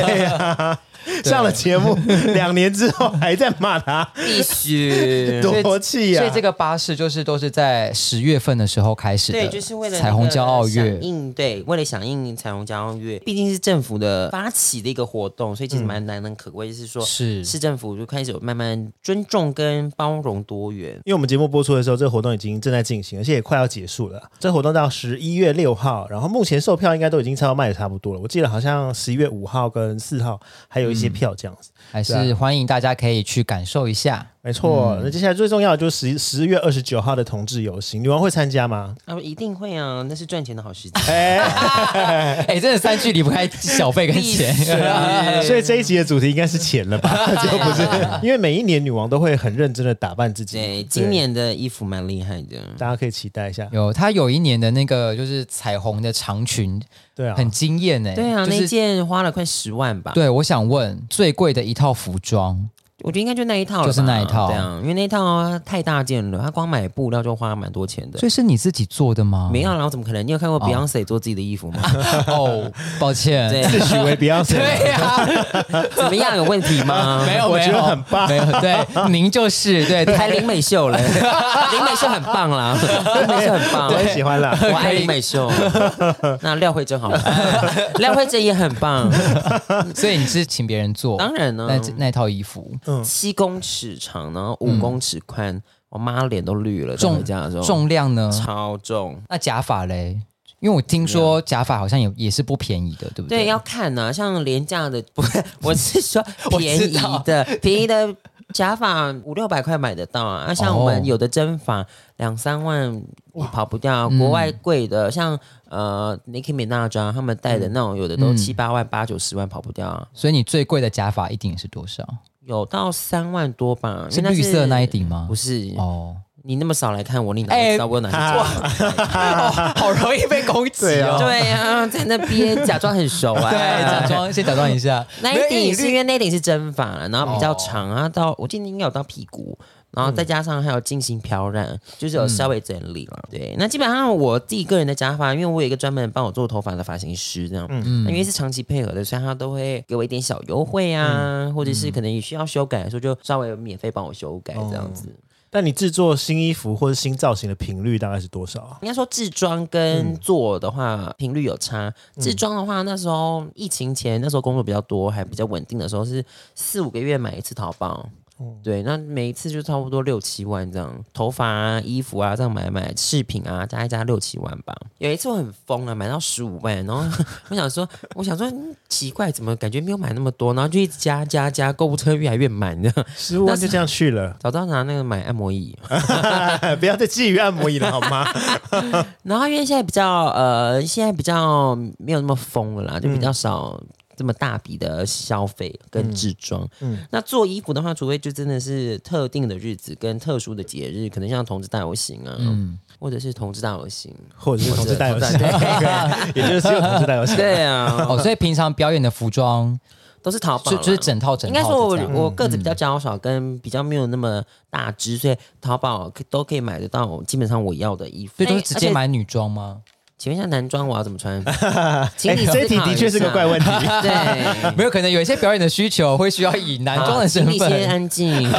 B: 对
C: 上了节目两年之后还在骂他，
A: 必须。
C: 多气啊呀！
B: 所以这个巴士就是都是在十月份的时候开始的，
A: 对，就是为了
B: 彩虹骄傲
A: 月
B: 月。
A: 应对，为了响应彩虹骄傲月，毕竟是政府的发起的一个活动，所以其实蛮难能可贵，就是说
B: 是
A: 市政府就开始有慢慢尊重跟包容多元。
C: 因为我们节目播出的时候，这个活动已经正在进行，而且也快要结束了。这个活动到十一月六号，然后目前售票应该都已经超卖的差不多了。我记得好像十一月五号跟四号还有一些
B: 嗯
C: 票这样子。
B: 还
C: 啊
B: 是欢迎大家可以去感受一下。 <laughs>
C: 没错，
A: 嗯
C: 那接下来最重要的就是十十月二十九号的同志游行，女王会参加吗？
A: 啊，一定会啊，那是赚钱的好时机。
B: 哎，真的三句离不开小
A: <laughs>
B: 费跟钱。 <laughs>
A: 呃
C: 所以这一集的主题应该是钱了吧？就不是，因为每一年女王都会很认真的打扮自己。
A: 对，今年的衣服蛮厉害的。
C: 大家可以期待一下。
B: 有，她有一年的那个就是彩虹的长裙，
C: 对啊，
B: 很惊艳哎。
A: 对啊，
B: 就
A: 那
B: 是
A: 件花了快十万吧。
B: 对，我想问最贵的一套服装
A: 我觉得应该就那一套了吧，
B: 就是那一套
A: 对啊，因为那一套、啊、太大件了，它光买布料就花蛮多钱的。
B: 所以是你自己做的吗？
A: 没有啊啦，我怎么可能？你有看过
B: 哦
A: Beyonce 做自己的衣
B: <laughs>
A: 服吗？
B: 哦，抱歉。
A: 对，
C: <laughs> 自诩为
B: <laughs>
C: Beyonce，
B: 对呀、
C: <laughs>
A: 怎么样？有问题
B: <laughs>
A: 吗？
B: 没有，
C: 我
B: 没
C: 觉得
B: 有
C: 很棒
B: 没有对，
C: <laughs>
B: 您就是对，
A: 还林美秀
B: <laughs>
A: 嘞，林美秀很棒啦，林美秀很棒
C: 我。很喜欢啦。
A: 我爱林美秀，
B: <laughs>
A: 那廖慧珍好了，廖慧珍也很
B: <laughs>
A: 棒，
B: 所以你是请别人做，
A: 当然呢，
B: 那那套衣服
C: 嗯
A: 七公尺长，然后五公尺宽，我妈脸都绿了，在
B: 嗯重
A: 回家的时候
B: 重量呢？
C: 嗯
A: 超重，
B: 那假发嘞？因为我听说假发好像也也是不便宜的，对不
A: 对，
B: 对？
A: 要看呐、像廉价的，不是，我是说
B: <laughs> 我
A: 便
B: 知
A: 宜
B: 道
A: 的，便宜的假发五六百块买得到啊。啊像我
B: 哦
A: 们有的真发两三万也跑不掉，
B: 嗯
A: 国外贵的，像呃 Nicki Minaj 啊他们戴的那种，有的都
B: 嗯
A: 七八万、八九十万跑不掉啊，
B: 所以你最贵的假发一顶是多少？
A: 有到三万多吧。因
B: 是
A: 为
B: 绿色那一顶吗
A: 不？是， <laughs>
B: 哦，
A: 你那么少来看我，你哪
B: 哎
A: 会知道我有
B: <laughs>
A: 哪些假发？
B: 好容易被攻击
C: 对啊
A: 对 <laughs> 啊，在那边假装很熟啊，
B: 对，假装先假装一下，
A: 那
B: 没有
A: 一顶
B: 因
A: 是
B: 为
A: 因
B: 你
A: 为那顶是针法啦，然后比较
B: 哦
A: 长啊，然后到我记得应该有到屁股，然后再加上还有进行漂染，就是有稍微整理了。对，那基本上我自己个人的假发，因为我有一个专门帮我做头发的发型师，这样，嗯，因为是长期配合的，所以他都会给我一点小优惠啊，或者是可能也需要修改的时候，就稍微免费帮我修改这样子。
C: 但你制作新衣服或者新造型的频率大概是多少啊？
A: 应该说制装跟做的话频率有差。制装的话，那时候疫情前，那时候工作比较多，还比较稳定的时候是四五个月买一次淘宝。对，那每一次就差不多六七万这样，头发啊、衣服啊这样买买，饰品啊加一加六七万吧。有一次我很疯啊，买到十五万，然后 <laughs> 我想说，我想说、嗯奇怪，怎么感觉没有买那么多，然后就一直加加加，购物车越来越满的。
C: 十五万就这样去了，
A: 早知道拿那个买按摩椅，
C: <laughs> 不要再觊觎按摩椅了好吗？
A: <laughs> 然后因为现在比较呃，现在比较没有那么疯了啦，就比
B: 嗯
A: 较少这么大笔的消费跟置装。嗯，那做衣服的话，除非就真的是特定的日子跟特殊的节日，可能像同志大游行啊，
B: 嗯
A: 或者是同志大游
B: <laughs>
A: 行。
C: 或者是同志戴游戏， <laughs>
A: 对
C: 也就是只有同志戴游戏。哎
A: 对啊，
B: 哦，所以平常表演的服装
A: 都是淘宝
B: 就
A: 啦，
B: 就是整套整
A: 应
B: 套
A: 该
B: 的
A: 说
B: 这
A: 我
B: 样，
A: 我个子比较娇小，跟比较没有那么大只，所以淘宝可都可以买得到，基本上我要的衣服。哎
B: 所以都是直
A: 而且
B: 接。买女装吗？
A: 请问一下，男装我要怎么
B: <laughs>
A: 穿？请
C: 哎，
A: 你
C: 这一题
A: 思考
C: 的
A: 一
C: 确是个
A: 下
C: 怪问题。
A: 对，
B: 没有，可能有一些表演的需求会需要以男装的身
A: 好请你啊先
B: 份。
A: 安静。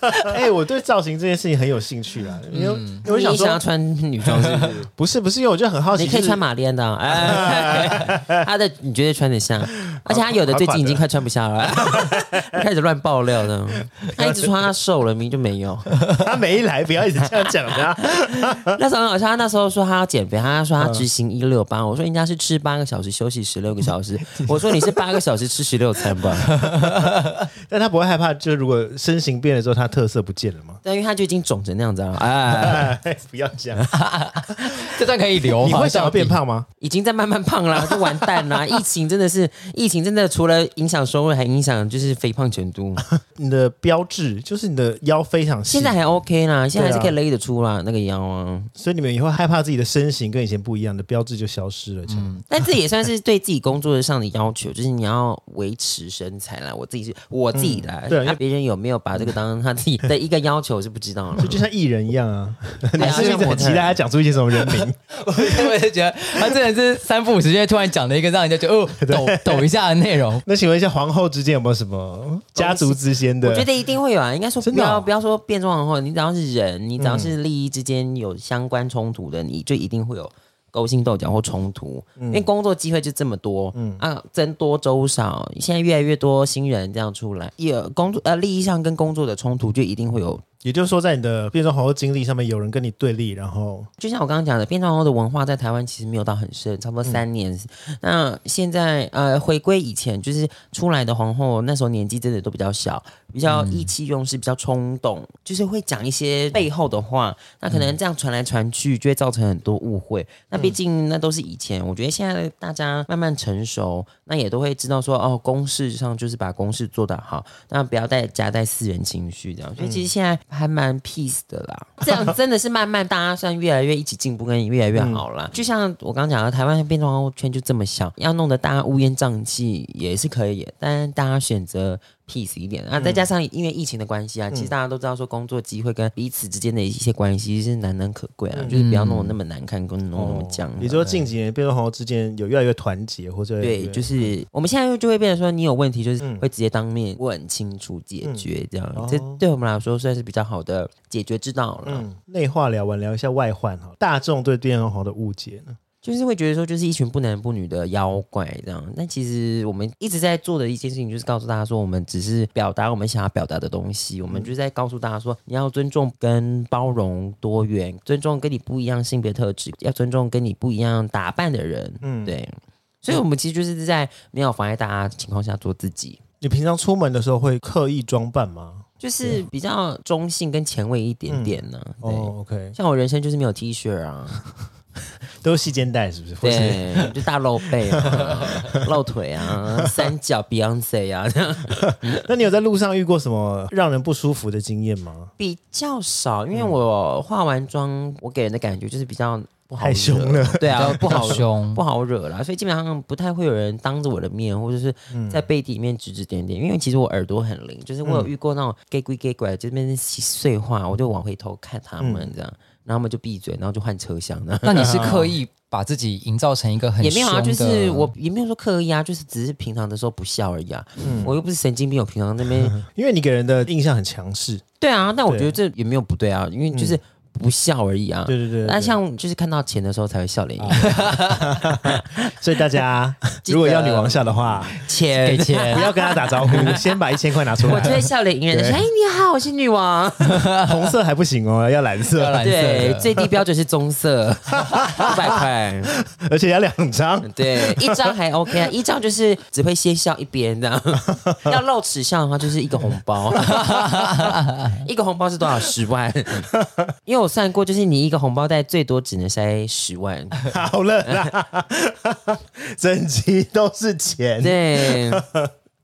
A: <laughs>
C: 哎、我对造型这件事情很有兴趣啊，因为因 <laughs> 为我
A: 嗯你
C: 想
A: 想要
C: 说，
A: 穿女装是不是？
C: 不是不是，因为我就很好奇，
A: 你可以
C: 就是
A: 穿玛丽安的
C: <laughs>
A: 啊，哎， <laughs> 她的你觉得穿得下？而且她有的最近已经快穿不下了， <laughs> 开始乱爆料
C: <laughs>
A: 了。她一直说她瘦了，明明就没有。
C: 他没来，不要一直这样讲啊他。
A: <laughs> 那时候很好笑，她那时候说她要减肥，她说她
C: 嗯
A: 执行一六八，我说人家是吃八个小时休息十六个小时，我说你是八个小时吃十六餐吧？
C: 但他不会害怕，就是如果身形变了之后，他特色不见了吗？
A: 但因为她就已经肿成那样子了，哎，
C: <laughs> 哎，不要这样。
B: 这段可以留吗。
C: 你会想要变
B: 到底？
C: 胖吗？
A: 已经在慢慢胖啦，就完蛋啦！疫情真的是，疫情真的除了影响收入，还影响就是肥胖程度。
C: 你的标志就是你的腰非常细，
A: 现在还 OK 啦，现在还是
C: 对啊
A: 可以勒得出啦、那个腰
C: <laughs>
A: 啊。
C: 所以你们以后害怕自己的身形跟以前不一样的标志就消失了。嗯，
A: 但这也算是对自己工作上的要求，就是你要维持身材啦。我自己是我自己啦，
C: 对啊因为
A: 那别人有没有把这个当成他自己的一个要求是不知
C: <laughs>
A: 道了。
C: 就像艺人一样啊，
A: 对
C: <laughs> 你
A: 啊
C: 是不是一直很期待他讲出一些什么人
A: <laughs>
C: 名？
B: 我就觉得 <laughs> 他真的是三不五时间突然讲了一个让人家觉得哦
A: <laughs>
B: 抖抖一下的内容。
C: 那请问一下，皇后之间有没有什么家族之间的？
A: 我觉得一定会有啊，应该说
C: 真
A: 不
C: 的哦
A: 要、不要说变装皇后，你只要是人，你只要是利益之间有相关冲突的，你就一定会有勾心斗角或冲突，
C: 嗯
A: 因为工作机会就这么多，啊，僧多粥少，现在越来越多新人这样出来，也工作呃利益上跟工作的冲突就一定会有。
C: 也就是说，在你的变装皇后经历上面，有人跟你对立，然后
A: 就像我刚刚讲的，变装皇后的文化在台湾其实没有到很深，差不多三年。那现在呃，回归以前，就是出来的皇后那时候年纪真的都比较小，比较意气用事，比较冲动，就是会讲一些背后的话。那可能这样传来传去，就会造成很多误会。那毕竟那都是以前，我觉得现在大家慢慢成熟，那也都会知道说，哦，公事上就是把公事做得好，那不要带夹带私人情绪这样。所以其实现在还蛮 peace 的啦。嗯这 <laughs> 样真的是慢慢大家算越来越一起进步，跟越来越好啦。就像我刚讲的，台湾的变装圈就这么小，要弄得大家乌烟瘴气也是可以，但是大家选择。 peace 一点啊。再加上因为疫情的关系啊，其实大家都知道说工作机会跟彼此之间的一些关系是难能可贵啊，就是不要弄得那么难看，跟弄得那么僵
C: 哦
A: 啊。
C: 也就是说近几年变装皇后之间有越来越团结，或者
A: 对，就是我们现在就会变成说，你有问题就是会直接当面问清楚解决，这样、
C: 哦
A: 这对我们来说算是比较好的解决之道了。
C: 嗯，内化聊完聊一下外患哈，大众对变装皇后的误解呢？
A: 就是会觉得说，就是一群不男不女的妖怪这样。但其实我们一直在做的一件事情，就是告诉大家说，我们只是表达我们想要表达的东西。我
C: 嗯
A: 们就是在告诉大家说，你要尊重跟包容多元，尊重跟你不一样性别特质，要尊重跟你不一样打扮的人。
C: 嗯，。
A: 对，所以我们其实就是在没有妨碍大家的情况下做自己。
C: 你平常出门的时候会刻意装扮吗？
A: 就是比较中性跟前卫一点点呢、对，
C: 啊哦，OK，
A: 像我人生就是没有 T 恤啊，
C: 都是细肩带是不是？或
A: <laughs>
C: 是
A: 对，就大露背
B: <laughs>
A: 啊、露腿啊、三角 Beyonce 啊， <laughs> 这样
C: <laughs> 那你有在路上遇过什么让人不舒服的经验吗？
A: 比较少。因为
B: 嗯
A: 我化完妆，我给人的感觉就是比较不好
C: 太凶了
A: 惹，对啊，不
B: 不
A: 好
B: 好凶
A: 不。好惹啦，所以基本上不太会有人当着我的面，或者是
B: 嗯
A: 在背地里面指指点点。因为其实我耳朵很灵，就是我有遇过那种 gay 鬼 gay 拐这边碎话，我就往回头看他
B: 嗯
A: 们这样，然后他们就闭嘴，然后就换车厢呢。
B: 那你
A: <laughs>
B: 是刻意把自己营造成一 <laughs> 个很
A: 也没有啊，
B: 凶的
A: 就是我也没有说刻意啊，就是只是平常的时候不笑而已啊。
B: 嗯
A: 我又不是神经病，我平常那边
C: 因为你给人的印象很强势。
A: 对啊，但我觉得这也没有不对啊，因为就是不笑而已啊。
C: 嗯对对对对哦
A: 那像就是看到钱的时候才会笑脸迎，
C: 所以大
A: <laughs>
C: 家
A: 记得
C: 如果要女王笑的话，
A: <laughs> 钱
B: 给
C: <laughs>
B: 钱
C: 不要跟他
A: <laughs>
C: 打招呼，先把一千块拿出
A: 我就会
C: 来。
A: 笑脸迎人的说：“哎，你好，我是女王。
C: <laughs> 红色还不行哦，要蓝色，
B: 要蓝色
A: 对
B: 的，
A: 最低标准是棕色，五百块。
C: <laughs> 而且要两张。
A: 对，一张还 OK 啊，一张就是只会先笑一边
C: <laughs>
A: 这样。要露齿笑的话，就是一个红包，一个红包是多少？十
C: <laughs>
A: 万。因为我算过，就是你一个红包袋最多只能塞十万。
C: 好了啦， <laughs> 整集都是钱。
A: 对，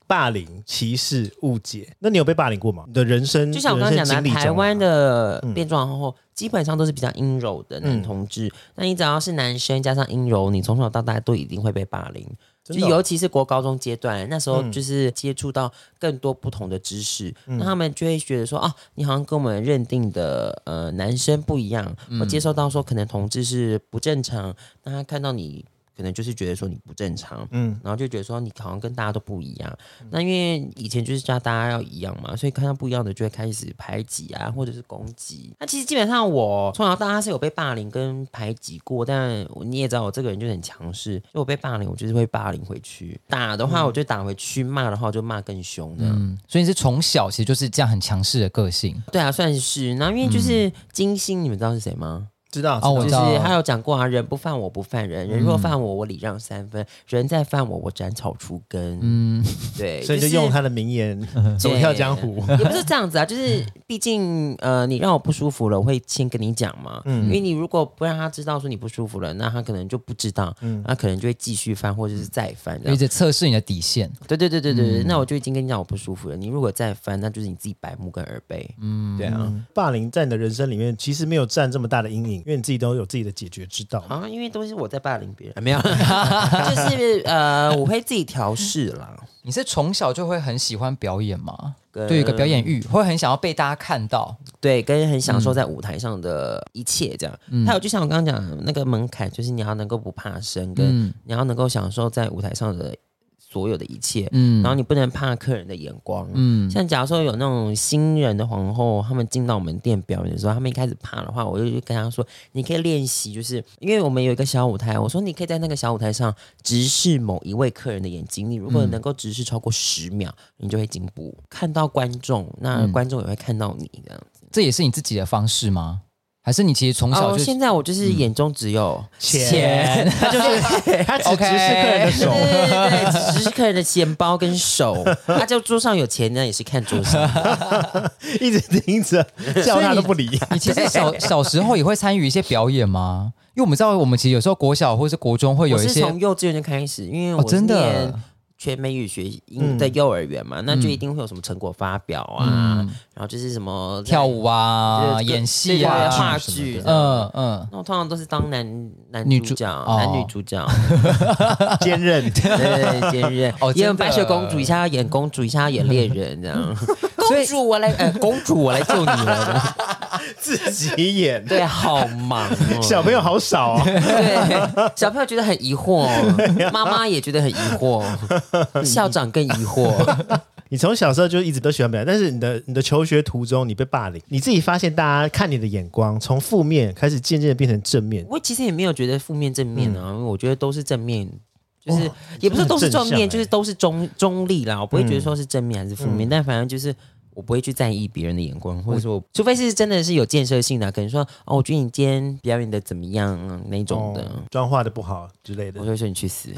C: 霸凌、歧视、误解，那你有被霸凌过吗？你的人生
A: 就像我刚刚讲
C: 人生经历
A: 的，
C: 中啊嗯
A: 台湾的变装皇后基本上都是比较阴柔的男同志。那你只要是男生加上阴柔，你从小到大都一定会被霸凌。就
C: 真的哦嗯
A: 尤其是国高中阶段，那时候就是接触到更多不同的知识，那他们就会觉得说，哦，你好像跟我们认定的呃男生不一样，
C: 嗯
A: 我接受到说可能同志是不正常，那他看到你可能就是觉得说你不正常，嗯，然后就觉得说你好像跟大家都不一样。那因为以前就是叫大家要一样嘛，所以看到不一样的就会开始排挤啊，或者是攻击。那其实基本上我从小到大是有被霸凌跟排挤过，但你也知道我这个人就很强势，就我被霸凌，我就是会霸凌回去，打的话我就打回去，骂的话我就骂更凶这样。
B: 嗯，所以你是从小其实就是这样很强势的个性
A: 对啊，算是。然后因为就是金星，你们知道是谁吗？
C: 知道
B: 哦我
A: 就
B: 知
A: 是
B: 道
A: 他有讲过啊，人不犯我不犯人，人若犯我我礼让三分，人再犯我我斩草除根。嗯，对，
C: <laughs> 所以就是用他的名言“走跳江湖
A: 也不是这样子啊，就是毕竟呃，你让我不舒服了，我会先跟你讲嘛。因为你如果不让他知道说你不舒服了，那他可能就不知道，那可能就会继续犯或者是再犯这
B: 有
A: 样。
B: 点测试你的底线。
A: 对对对对对对，那我就已经跟你讲我不舒服了。你如果再犯，那就是你自己白目跟耳背。嗯，对啊。”。
C: 霸凌在你的人生里面其实没有占这么大的阴影，因为你自己都有自己的解决之道。
A: 啊，因为都是我在霸凌别人，啊没有， <laughs> 就是呃，我会自己调试啦。
B: 你是从小就会很喜欢表演吗？
A: 跟
B: 对，有一个表演欲，会很想要被大家看到。
A: 对，跟很享受在舞台上的一切这样。还有就像我刚刚讲的那个门槛，就是你要能够不怕生，跟
B: 嗯
A: 你要能够享受在舞台上的所有的一切，
B: 嗯
A: 然后你不能怕客人的眼光。
B: 嗯，
A: 像假如说有那种新人的皇后，他们进到我们店表演的时候，他们一开始怕的话，我就跟他说，你可以练习，就是因为我们有一个小舞台，我说你可以在那个小舞台上直视某一位客人的眼睛，你如
B: 嗯
A: 果能够直视超过十秒，你就会进步，看到观众，那
B: 嗯
A: 观众也会看到你这样。
B: 这也是你自己的方式吗？还是你其实从小
A: 哦，
B: 就嗯
A: 现在我就是眼中只有
B: <laughs> 钱？
C: 他就是他只直视
B: OK
C: 客人的手
A: 对。对对对，只是客人的钱包跟手，他就桌上有钱，那也是看桌上。
C: 一直盯着，叫他都不
A: <laughs>
C: 理。
B: <laughs> 你其实小小时候也会参与一些表演吗？ <laughs> 因为我们知道，我们其实有时候国小或是国中会有
A: 我
B: 一
A: 是
B: 些
A: 从幼稚园就开始，因为
B: 哦，
A: 我是
B: 真
A: 念
B: 的嗯
A: 全美语学英的幼儿园嘛，那就一定会有什么成果发表啊，然后就是什么呃
B: 跳舞啊，
A: 对
B: 演戏
A: 对
B: 啊，
A: 话剧，嗯。
B: 嗯嗯，
A: 那我通常都是当男男
B: 女
A: 主
B: 主
A: 角，
B: 哦
A: 男女主
B: <laughs>
A: 角，
C: 坚韧。
A: 对，兼任
B: 哦真的
A: 演白雪公主，一下要演公主，一下要演猎人，这
B: <laughs>
A: 样。公主我来， <laughs> 呃，公主我来救你了。
C: 自己演，
A: 对，好忙 <laughs> 哦。
C: 小朋友好少啊、
A: 对小朋友觉得很疑惑，妈妈也觉得很疑
C: <laughs>
A: 惑，校长更疑
C: 嗯
A: 惑。
C: 你从小时候就一直都喜欢表演，但是你的你的求学途中你被霸凌，你自己发现大家看你的眼光从负面开始渐渐的变成正面，
A: 我其实也没有觉得负面正面啊，因为我觉得都是正面。就是也不是都是正
C: 嗯很正向欸嗯
A: 面，就是都是中中立啦。我不会觉得说是正面还是负面，但反正就是我不会去在意别人的眼光，或者说我，除非是真的是有建设性的啊，可能说哦，我觉得你今天表演的怎么样啊那种的，
C: 哦妆化的不好之类的
A: 我。就会说你去
C: <laughs>
A: 死。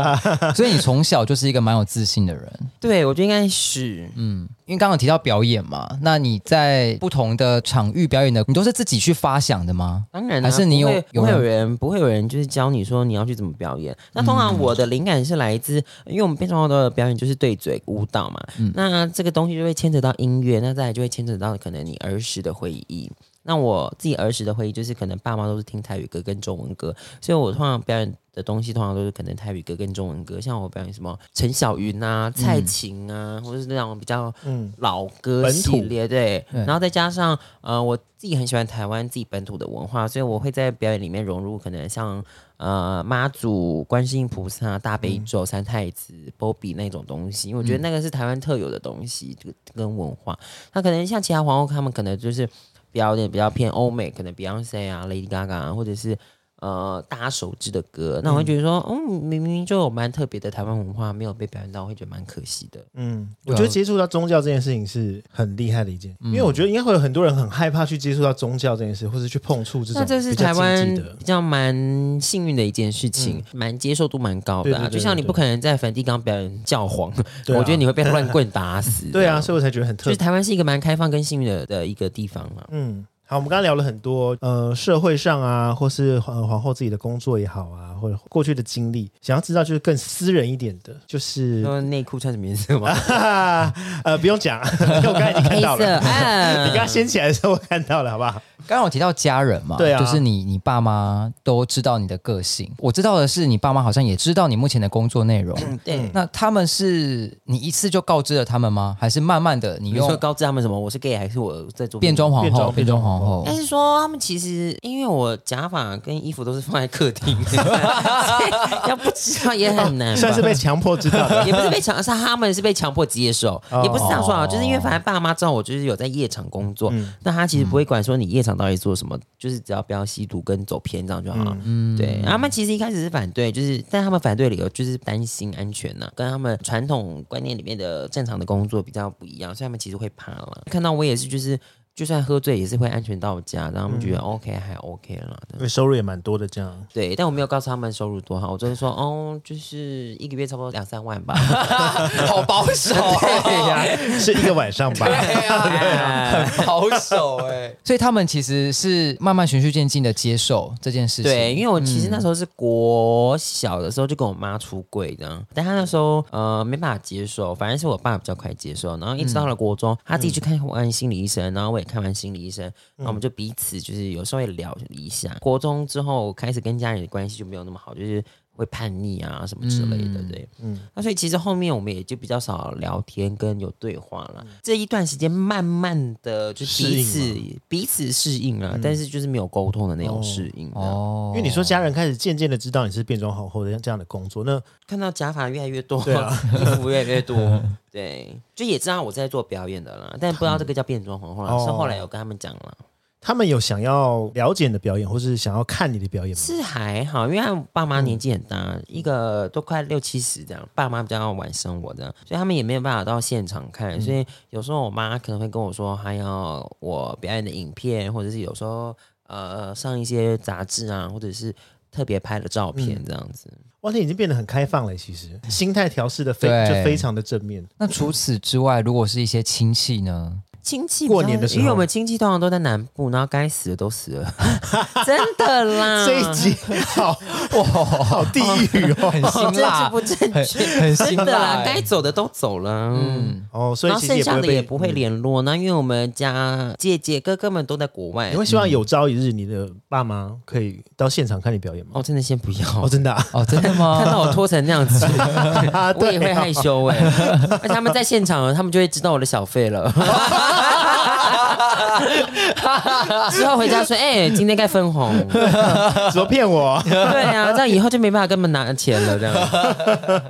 B: <laughs> 所以你从小就是一个蛮有自信的人，
A: 对，我觉得应该是，
B: 嗯，因为刚刚有提到表演嘛，那你在不同的场域表演的，你都是自己去发想的吗？
A: 当然、啊，
B: 还是你有
A: 不会不会
B: 有
A: 有
B: 人嗯
A: 人不会有人就是教你说你要去怎么表演？那通常我的灵感是来自，因为我们变装的表演就是对嘴舞蹈嘛，
B: 嗯
A: 那这个东西就会牵扯到音乐，那再来就会牵扯到可能你儿时的回忆。那我自己儿时的回忆就是，可能爸妈都是听台语歌跟中文歌，所以我通常表演的东西通常都是可能台语歌跟中文歌，像我表演什么陈小云啊、蔡
B: 嗯
A: 琴啊，或者是那种比较
C: 嗯，
A: 老歌
C: 本
A: 系
C: 土
A: 列，对，
B: 对
A: 然后再加上呃，我自己很喜欢台湾自己本土的文化，所以我会在表演里面融入可能像呃妈祖、观世音菩萨、大悲咒、
C: 嗯
A: 三太子、波比那种东西，因为我觉得那个是台湾特有的东西，就跟文化。那可能像其他皇后，他们可能就是表演比较偏欧美，可能 Beyonce 啊、Lady Gaga 啊，或者是。呃，大家熟知的歌，那我会觉得说，嗯，明明就有蛮特别的台湾文化没有被表演到，我会觉得蛮可惜的。
C: 嗯，我觉得接触到宗教这件事情是很厉害的一件，
A: 嗯
C: 因为我觉得应该会有很多人很害怕去接触到宗教这件事，或是去碰触这种
A: 那这是
C: 比较
A: 台湾
C: 禁忌的。嗯
A: 比较蛮幸运的一件事情，蛮接受度蛮高的、啊。
C: 对对对
A: 就像你
C: 对
A: 不可能在梵蒂冈表演教皇，
C: 对啊
A: 我觉得你会被乱棍打死。
C: 对啊，所以我才觉得很特
A: <laughs> 就
C: 别
A: 是。台湾是一个蛮开放跟幸运的的一个地方嘛。
C: 嗯，好，我们刚刚聊了很多，呃，社会上啊，或是皇皇后自己的工作也好啊，或者过去的经历，想要知道就是更私人一点的，就是
A: 说内裤穿什么颜色吗？
C: <laughs> 呃，不
A: <laughs>
C: 用讲，因为我刚才已经看
A: 黑
C: 到
A: 色。
C: 了。 <laughs> 你
A: 啊，
C: 刚刚掀起来的时候，我看到了，好不
A: <laughs>
C: 好？
B: 刚刚有提到家人嘛，
C: 对啊
B: 就是你你爸妈都知道你的个性，我知道的是你爸妈好像也知道你目前的工作内容。
A: 嗯
C: 嗯
A: 对。
B: 那他们是你一次就告知了他们吗？还是慢慢的你
A: 你说
B: 用
A: 告知他们什么？我是 gay 还是我在做
B: 变装皇后？
C: 变
B: 变
C: 装
B: 装
C: 哎皇
B: 皇
C: 后
B: 后
A: 但是说他们其实，因为我假发跟衣服都是放在客
C: <laughs>
A: 厅，所以 <laughs> 要不知道也很难吧。
C: 算是被强迫知道的。
A: <laughs> 也不是被强，是他们是被强迫接受，
C: 哦嗯
A: 也不是想说啊，就是因为反正爸妈知道我就是有在夜场工作，那他其实不会管说你夜场到底做什么，就是只要不要吸毒跟走偏这样就好了。
C: 嗯
A: 对，啊他们其实一开始是反对，就是但他们反对的理由就是担心安全呐、跟他们传统观念里面的正常的工作比较不一样，所以他们其实会怕了。看到我也是，就是就算喝醉也是会安全到家，然后他们觉得
C: 嗯
A: OK 还 OK 了。
C: 因为收入也蛮多的，这样
A: 对，但我没有告诉他们收入多少，我就是说，哦，就是一个月差不多两三万吧。
B: <laughs> 好保守，哦
A: <laughs> 对呀、
C: 是一个晚上
A: <laughs>
C: 吧？
A: 哦哎
B: 很保守哎、所以他们其实是慢慢循序渐进的接受这件事情。
A: 对，因为我其实那时候是国小的时候就跟我妈出柜这样，但她那时候呃没办法接受，反正是我爸比较快接受，然后一直到了国中，她自己去看完心理医生，然后我也看完心理医生，然后我们就彼此就是有稍微聊一下。国中之后开始跟家里的关系就没有那么好，就是。会叛逆啊什么之类的，对，嗯，那所以其实后面我们也就比较少聊天跟有对话了。这一段时间慢慢的就
C: 适
A: 彼
C: 应
A: 此彼此适应了，但是就是没有沟通的那种
C: 哦
A: 适应。哦，
B: 哦
C: 因为你说家人开始渐渐的知道你是变装皇后的这样的工作，那
A: 看到假发越来越多，
C: 对啊
A: <laughs> 衣服越来越多，对，就也知道我在做表演的啦，但不知道这个叫变装皇后啦，
C: 嗯
A: 是后来有跟他们讲了，
C: 他们有想要呃了解你的表演，或是想要看你的表演吗？
A: 是还好，因为他们爸妈年纪很大，一个都快六七十这样，爸妈比较晚生我这样，所以他们也没有办法到现场
C: 嗯
A: 看，所以有时候我妈可能会跟我说，还要我表演的影片，或者是有时候呃上一些杂志啊，或者是特别拍的照
C: 嗯
A: 片这样子。
C: 哇，你已经变得很开放了，其实心态调试的非
B: 对
C: 就非常的正面。
B: 那除此之外，如果是一些亲戚呢？
A: 亲戚比较
C: 过年的时候
A: 因为我们亲戚通常都在南部，然后该死的都死
C: <laughs>
A: 了，真的啦。
C: 这一集好
B: 哇，
C: 好地狱哦。
A: <laughs>
B: 很辛
A: 政治
B: 辣，
A: 不正
B: 很
A: 确，真
B: 很辛
A: 的啦
B: 辣，，
A: 该走的都走了。嗯。
C: 哦，所以
A: 然后
C: 欸其
A: 剩
C: 实也
A: 下
C: 不
A: 的也
C: 会
A: 不
C: 被。嗯
A: 会联络，那因为我们家姐姐哥哥们都在国外
C: 你，会希望有朝一日你的爸妈可以到现场看你表演吗？
A: 哦，真的先不要，
C: 哦，真的啊，
B: 哦，真的吗？
A: <laughs> 看到我脱成那样子，
C: <laughs>
A: 我也
C: 对
A: 会
C: 啊
A: 害羞哎、而且他们在现场，他们就会知道我的小费了。 <laughs> 之后回家说：“哎、今天该分红。
C: 怎么骗我？”
A: 对啊，这样以后就没办法跟他们拿钱了。这样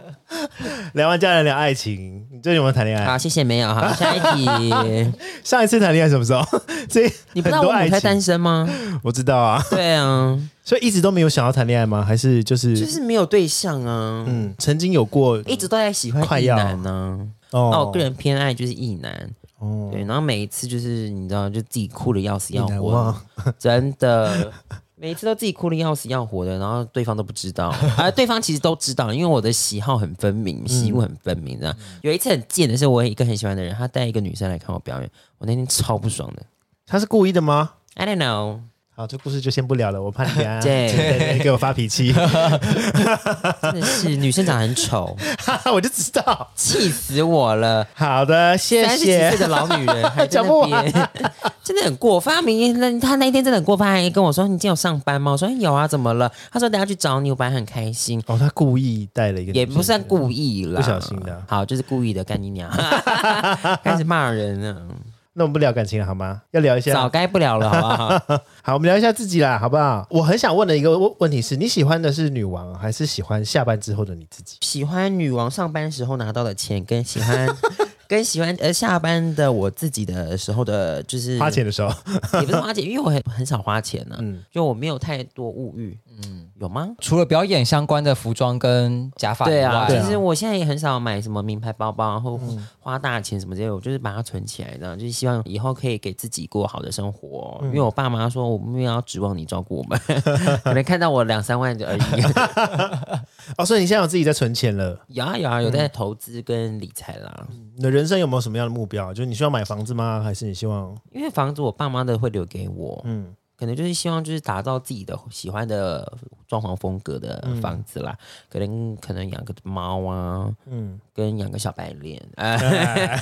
C: 聊完家人聊爱情，你最近有没有谈恋爱
A: 好，？谢谢没有
C: <laughs>
A: 好，下一题。
C: 上一次谈恋爱什么时候？ <laughs> 这
A: 你不知道
C: 很
A: 我
C: 多爱
A: 母胎
C: 情
A: 单身吗？
C: 我知道啊，
A: 对啊，
C: 所以一直都没有想要谈恋爱吗？还是就是
A: 就是没有对象啊，
C: 嗯，曾经有过哦
A: 一直都在喜欢
C: 快
A: 异
C: 要
A: 男呢、啊。那我个人偏爱就是异男，
C: 哦
A: 对，然后每一次就是你知道，就自己哭的要死要
C: 一男
A: 活
C: 哇，
A: 的， <laughs> 真的，每一次都自己哭的要死要活的，然后对方都不知
C: <laughs>
A: 道，而、对方其实都知道，因为我的喜好很分
C: 嗯
A: 明，喜恶很分明的。有一次很贱的是，我有一个很喜欢的人，他带一个女生来看我表演，我那天超不爽的。
C: 他是故意的吗？
A: I don't know，
C: 好，这故事就先不聊了，我怕你等下
A: <laughs>
C: <laughs>
A: 对
C: 对对对给我发脾气， <laughs>
A: 真的是女生长得很丑，
C: 我就知道。
A: 气死我了。
C: 好的，谢
A: 三十几岁
C: 谢。
A: 的老女人还在
C: 讲不
A: 那边， <laughs> 真的很过分。他明天那他那一天真的很过分，他还跟我说：“你今天有上班吗？”我说：“有啊，怎么了？”他说：“等下去找你，我本来很开心。”
C: 哦，他故意带了一个，
A: 也不算，故意啦，
C: 不小心的
A: 好，就是故意的，干你
C: <laughs>
A: 娘，开始骂人了，
C: 那我们不聊感情了好吗？要聊一
A: 早
C: 下，
A: 该不了了，好不好？
C: 好，我们聊一下自己啦，好不好？我很想问的一个问问题是，你喜欢的是女王，还是喜欢下班之后的你自己？
A: 喜欢女王上班时候拿到的钱，跟喜
C: <laughs>
A: 欢跟喜欢呃下班的我自己的时候的，就是
C: 花钱，的时候， <laughs>
A: 也不是花钱，因为我很很少花钱呢、啊
C: 嗯
A: 就我没有太多物欲，嗯，有吗？
B: 除了表演相关的服装跟假发以
A: 对啊，
B: 外，嗯
A: 其
C: 对啊
A: 实我现在也很少买什么名牌包包，然后花大钱什么之类的，我就是把它存起来，这样就是希望以后可以给自己过好的生活。因为我爸妈说，我们没有要指望你照顾我们，可能看到我两三万哎而已。
C: 哦，所以你现在有自己在存钱了，
A: <laughs> 有啊有啊，有在投资跟理财啦。
C: 你的人生有没有什么样的目标？就是你希望买房子吗？还是你希望
A: 因为房子我爸妈的会留给我，
C: 嗯
A: 嗯，可能就是希望就是打造自己的喜欢的装潢风格的房子啦，可能可能养个猫啊，
C: 嗯？
A: 跟养个小白脸，哎、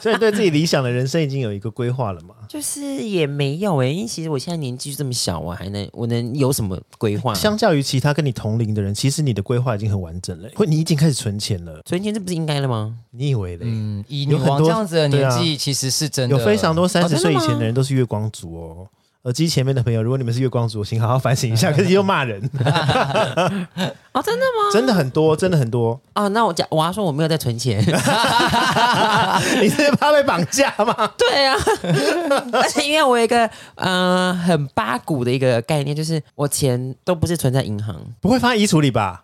C: 所以对自己理想的人生已经有一个规划了嘛？
A: 就是也没有哎、因为其实我现在年纪就这么小，我还能我能有什么规划？
C: 相较于其他跟你同龄的人，其实你的规划已经很完整了，或你已经开始存钱了。
A: 存钱这不是应该了吗？
C: 你以为嘞？
B: 嗯，以女
C: 有很
B: 王
C: 多
B: 这样子的年
C: 对啊
B: 纪，其实是真的
C: 有非常多三十岁以
A: 真
C: 前
A: 的吗
C: 的人都是月光族哦。耳机前面的朋友，如果你们是月光族，请好好反省一下，可是又骂人，
A: 哦，真的吗？
C: 真的很多，真的很多。
A: 哦，那我讲，我要说我没有在存钱。
C: <laughs> 你是怕被绑架吗？
A: <laughs> 对啊， <laughs> 而且因为我有一个呃很八股的一个概念，就是我钱都不是存在银行，
C: 不会放在衣橱里吧？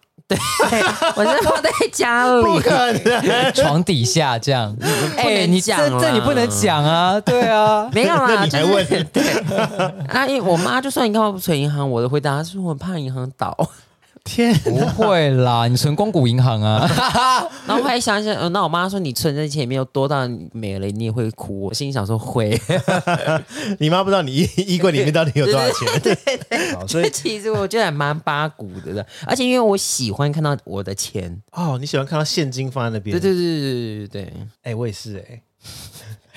A: 我是放在家
C: 不
A: 里。
C: 可能，
B: 床底下这
C: <laughs>
B: 样。哎
C: 哎
A: 能
B: 你这
A: 讲啦。
B: 这你不能讲啊，对啊
A: 没有
C: 那
A: 啦，
C: 你还
A: 就是
C: 问
A: 对 <laughs> 啊？因为我妈就说你干嘛不存银行？我的回答是我很怕银行倒。
C: <laughs> 天，
B: 不会啦，你存光谷银行啊，
A: 然后我还想一想，呃那我妈说你存这钱没有多到你没了，你也会哭。我心里想说会，
C: 你妈不知道你衣衣柜里面到底有多少钱？好，所以
A: <laughs> 其实我觉得还蛮八股的了。而且因为我喜欢看到我的钱，
C: 哦，你喜欢看到现金放在那边？
A: 对对对对对对
C: 哎、我也是哎、
A: 对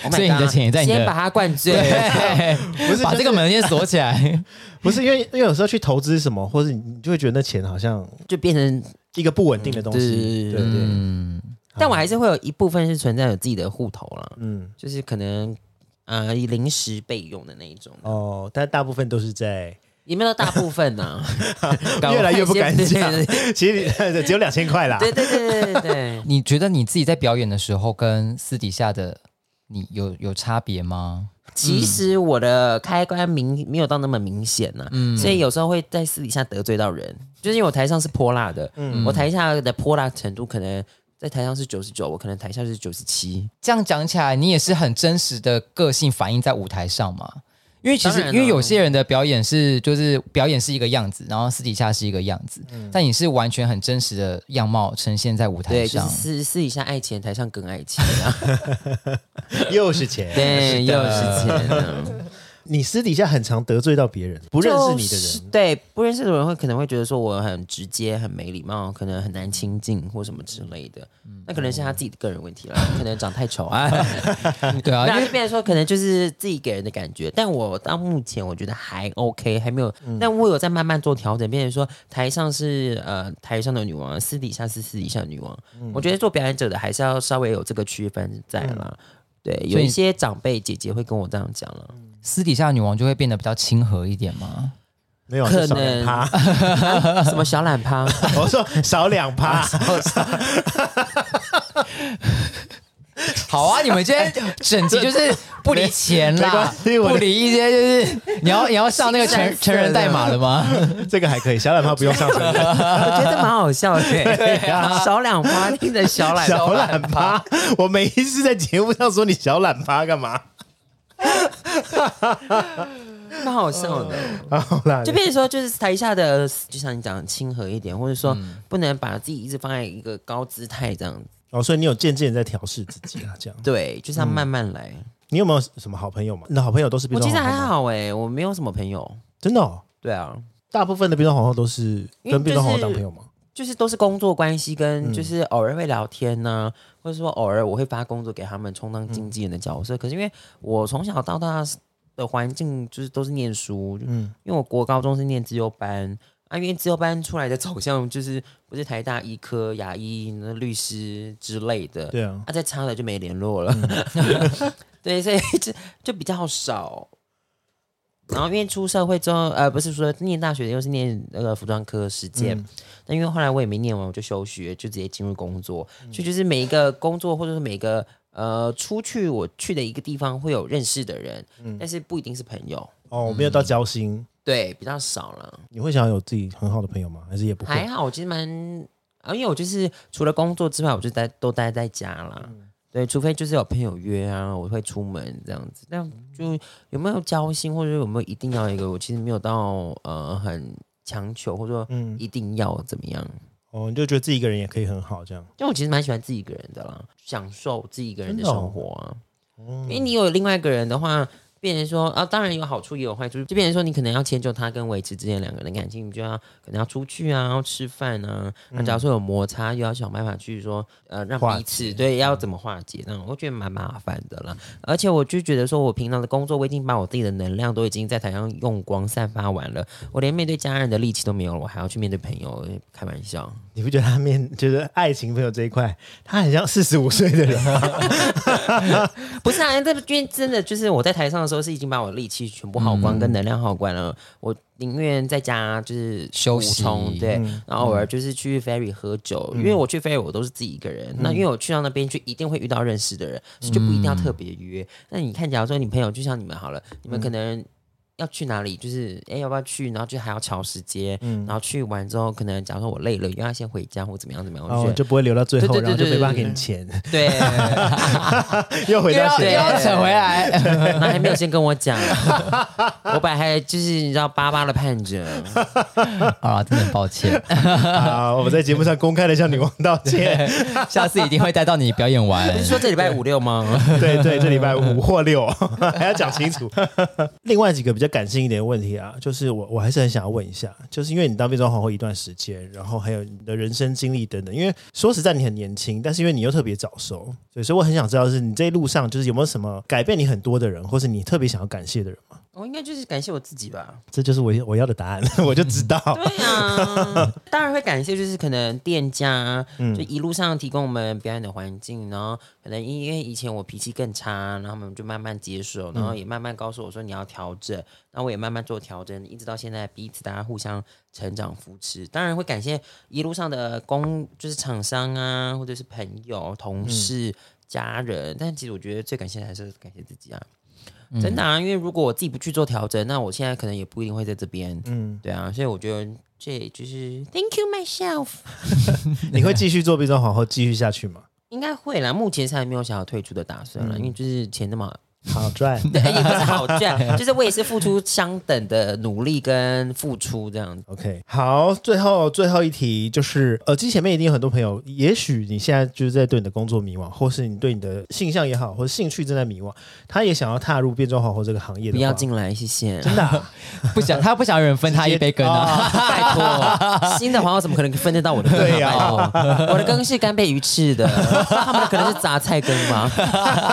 A: Oh my
B: 所以你的
A: God，
B: 钱也在你的
A: 先把它灌醉。
C: <laughs> 不是
B: 把
C: 就是
B: 这个门先锁起来。 <laughs>
C: 不是因为因为有时候去投资什么，或者你就会觉得那钱好像
A: <laughs> 就变成，
C: 一个不稳定的东西，
A: 嗯对
C: 对不对？
B: 嗯，
A: 但我还是会有一部分是存在有自己的户头啦，
C: 嗯，
A: 就是可能呃临时备用的那一种，
C: 哦，但大部分都是在
A: 也没有大部分啊呐、赶快
C: <laughs> 越来越不敢
A: 先
C: 讲 <laughs>
A: 对。
C: 其实你只有两千块啦。
A: 对对对对对对，
B: 你觉得你自己在表演的时候跟私底下的你有有差别吗？
A: 其实我的开关明没有到那么明显呐、所以有时候会在私底下得罪到人，就是因为我台上是泼辣的，我台下的泼辣程度可能在台上是九十九，我可能台下是九十七，
B: 这样讲起来，你也是很真实的个性反映在舞台上嘛？因为其实
A: 当然啊
B: 因为有些人的表演是就是表演是一个样子，然后私底下是一个样子，
A: 嗯
B: 但你是完全很真实的样貌呈现在舞台
A: 对，就
B: 上
A: 是。私私底下爱钱，台上更爱钱啊。
C: 又是钱，
A: 对，又是
C: 的
A: 钱啊。
C: 你私底下很常得罪到别人，不
A: 不
C: 认识你的
A: 就是
C: 人。、
A: 对不认识的人会可能会觉得说我很直接、很没礼貌，可能很难亲近或什么之类的。那可能是他自己的个人问题了，可能长太丑啊。<laughs>
B: 对啊，因
A: 那
B: 为
A: 就变成说，可能就是自己给人的感觉。但我到目前我觉得还 OK，还没有。
B: 嗯
A: 但我有在慢慢做调整，变成说台上是呃台上的女王，私底下是私底下的女王。
B: 嗯
A: 我觉得做表演者的还是要稍微有这个区分在啦。对，有
B: 嗯所以
A: 一些长辈姐姐会跟我这样讲了，
B: <laughs> 私底下女王就会变得比较亲和一点嘛。
C: 没有，
A: 可
C: 就少两
A: 能
C: 趴。
A: 什么小懒趴，
C: <laughs> 我说少两 <laughs> 趴，
B: 好啊，你们今天整集就是不理钱
C: 没关
A: <laughs>
B: 啦，
C: 系我的
B: 不理一些就是你要你要上那个成成人代码了吗？
C: 这个还可以， <laughs> 小两趴不用上场。
A: 我觉得蛮好笑
B: <laughs>
A: 的、
B: 啊
A: 小懒趴听着小懒
C: 小
A: 趴，
C: 懒趴，我每一次在节目上说你小懒趴干嘛？
A: 蛮好笑的。
B: 嗯
C: 好啦，
A: 就变成说，就是台下的，就像你讲的亲和一点，或者说
B: 嗯
A: 不能把自己一直放在一个高姿态这样子。
C: 哦，所以你有渐渐在调试自己啊，这样。
A: 对，就是要慢慢来。
C: 你有没有什么好朋友嘛？你的好朋友都是冰
A: 我
C: 冻
A: 其
C: 皇
A: 实
C: 后
A: 还
C: 吗，
A: 好哎、我没有什么朋友。
C: 真的、哦，
A: 对啊，
C: 大部分的冰冻皇后都是
A: 因为就是
C: 跟冰冻皇后当朋友吗？
A: 就是都是工作关系，跟就是偶尔会聊天呐、或者说偶尔我会发工作给他们充当经纪人的角色。可是因为我从小到大的环境就是都是念书，
C: 嗯
A: 嗯，因为我国高中是念资优班。啊，因为资优班出来的走向就是不是台大医科、牙医、那律师之类的，
C: 对啊，
A: 啊，再差了就没联络了。 <laughs> 对，所以就就比较少。然后因为出社会之后，呃，不是说念大学又是念那个服装科实践，但因为后来我也没念完，我就休学，就直接进入工作。所以就是每一个工作或者是每个呃出去我去的一个地方会有认识的人，但是不一定是朋友，
C: 哦，我没有
A: 嗯
C: 到交心。
A: 对，比较少了。
C: 你会想要有自己很好的朋友吗？还是也不
A: 还
C: 会？
A: 好，我其实蛮啊，因为我就是除了工作之外，我就待都待在家啦。
C: 嗯
A: 对，除非就是有朋友约啊，我会出门这样子。但
C: 嗯
A: 就有没有交心，或者有没有一定要一个，我其实没有到呃很强求，或者说
C: 嗯，
A: 一定要怎么样。
C: 哦，你就觉得自己一个人也可以很好这样。
A: 因为我其实蛮喜欢自己一个人的啦，享受自己一个人的
C: 真的哦哦
A: 生活啊。因为你有另外一个人的话，变成说啊，当然有好处也有坏处，就变成说你可能要迁就他跟维持之间两个人的感情，你就要可能要出去啊，要吃饭啊。那假如说有摩擦，又要想办法去说呃让
C: 嗯化嗯
A: 彼此对要怎么化解，那种我觉得蛮麻烦的啦。而且我就觉得说，我平常的工作我已经把我自己的能量都已经在台上用光散发完了，我连面对家人的力气都没有了，我还要去面对朋友，开玩笑。
C: 你不觉得他面觉得爱情朋友这一块，他很像四十五岁的人
A: <laughs>
C: 吗？
A: 不是啊，这因为真的就是我在台上的时候是已经把我的力气全部耗光，
B: 嗯
A: 跟能量耗光了。我宁愿在家就是
B: 休
A: 补
B: 息嗯
A: 充，对，然后偶尔就是去 ferry 喝酒，因为我去 ferry 我都是自己一个人。那因为我去到那边去，一定会遇到认识的人，所以就不一定要特别约。那你看，假如说你朋友就像你们好了，你们
B: 嗯
A: 可能。要去哪里？就是哎、要不要去？然后就还要调时间，
B: 嗯
A: 然后去完之后，可能假如说我累了，因为要先回家或怎么样怎么样，我就觉
C: 哦，
A: 得、
C: 就不会留到最后，
A: 对对对
C: 然后就没办法
A: 对对
C: 给你钱，
A: <laughs>
C: <laughs>
A: 对，
C: 又
B: <laughs>
C: 回
B: 又
C: 到
B: 要又
C: 钱。
B: 要扯回
A: <laughs>
B: 来，
A: 那还没有先跟我讲， <laughs> 我本来还就是你知道巴巴的盼着，
B: 好了，真的很
A: <laughs>
B: 抱歉，
C: 好，啊我们在节目上公开的向女王道歉。
B: 下次一定会带到你表演完
A: 不。是说这礼拜五六吗？
C: 对对，这礼拜五或六 <laughs> 还要讲清楚。另外几个比较感性一点的问题啊，就是我我还是很想要问一下，就是因为你当变装皇后一段时间，然后还有你的人生经历等等，因为说实在你很年轻，但是因为你又特别早熟，所以所以我很想知道是你这一路上就是有没有什么改变你很多的人，或是你特别想要感谢的人吗？
A: <laughs> 我应该就是感谢我自己吧。
C: 这就是我我要的答案， <laughs> 我就知道。
A: 对啊，当然会感谢，就是可能店家啊就一路上提供我们表演的环境，然后可能因因为以前我脾气更差，然后他们就慢慢接受，然后也慢慢告诉我说你要调整，那我也慢慢做调整，一直到现在彼此大家互相成长扶持。当然会感谢一路上的工，就是厂商啊，或者是朋友、同事、家人，但其实我觉得最感谢的还是感谢自己啊。真的啊，因为如果我自己不去做调整，那我现在可能也不一定会在这边。
C: 嗯，
A: 对啊，所以我觉得这就是 Thank you myself，
C: 你会继续做变装皇后继续下去吗？嗯
A: 应该会啦。目前是还没有想要退出的打算啦，因为就是钱那么 <laughs>
C: 好赚。
A: 对，也不是好
C: <laughs>
A: 赚，就是我也是付出相等的努力跟付出这样子。
C: OK，好，最后最后一题就是耳机前面一定有很多朋友，也许你现在就是在对你的工作迷惘，或是你对你的性向也好，或者兴趣正在迷惘，他也想要踏入变装皇后这个行业的
A: 不
C: 话，
A: 要进来，谢谢。
C: 真的啊、
B: 不想他不想有人分他一杯羹啊。
A: <laughs> 拜托，新的皇后怎么可能分得到我的羹啊？
C: 对呀
A: 拜托我的羹是干贝鱼翅的， <laughs> 他们的可能是杂菜羹吗？ <laughs>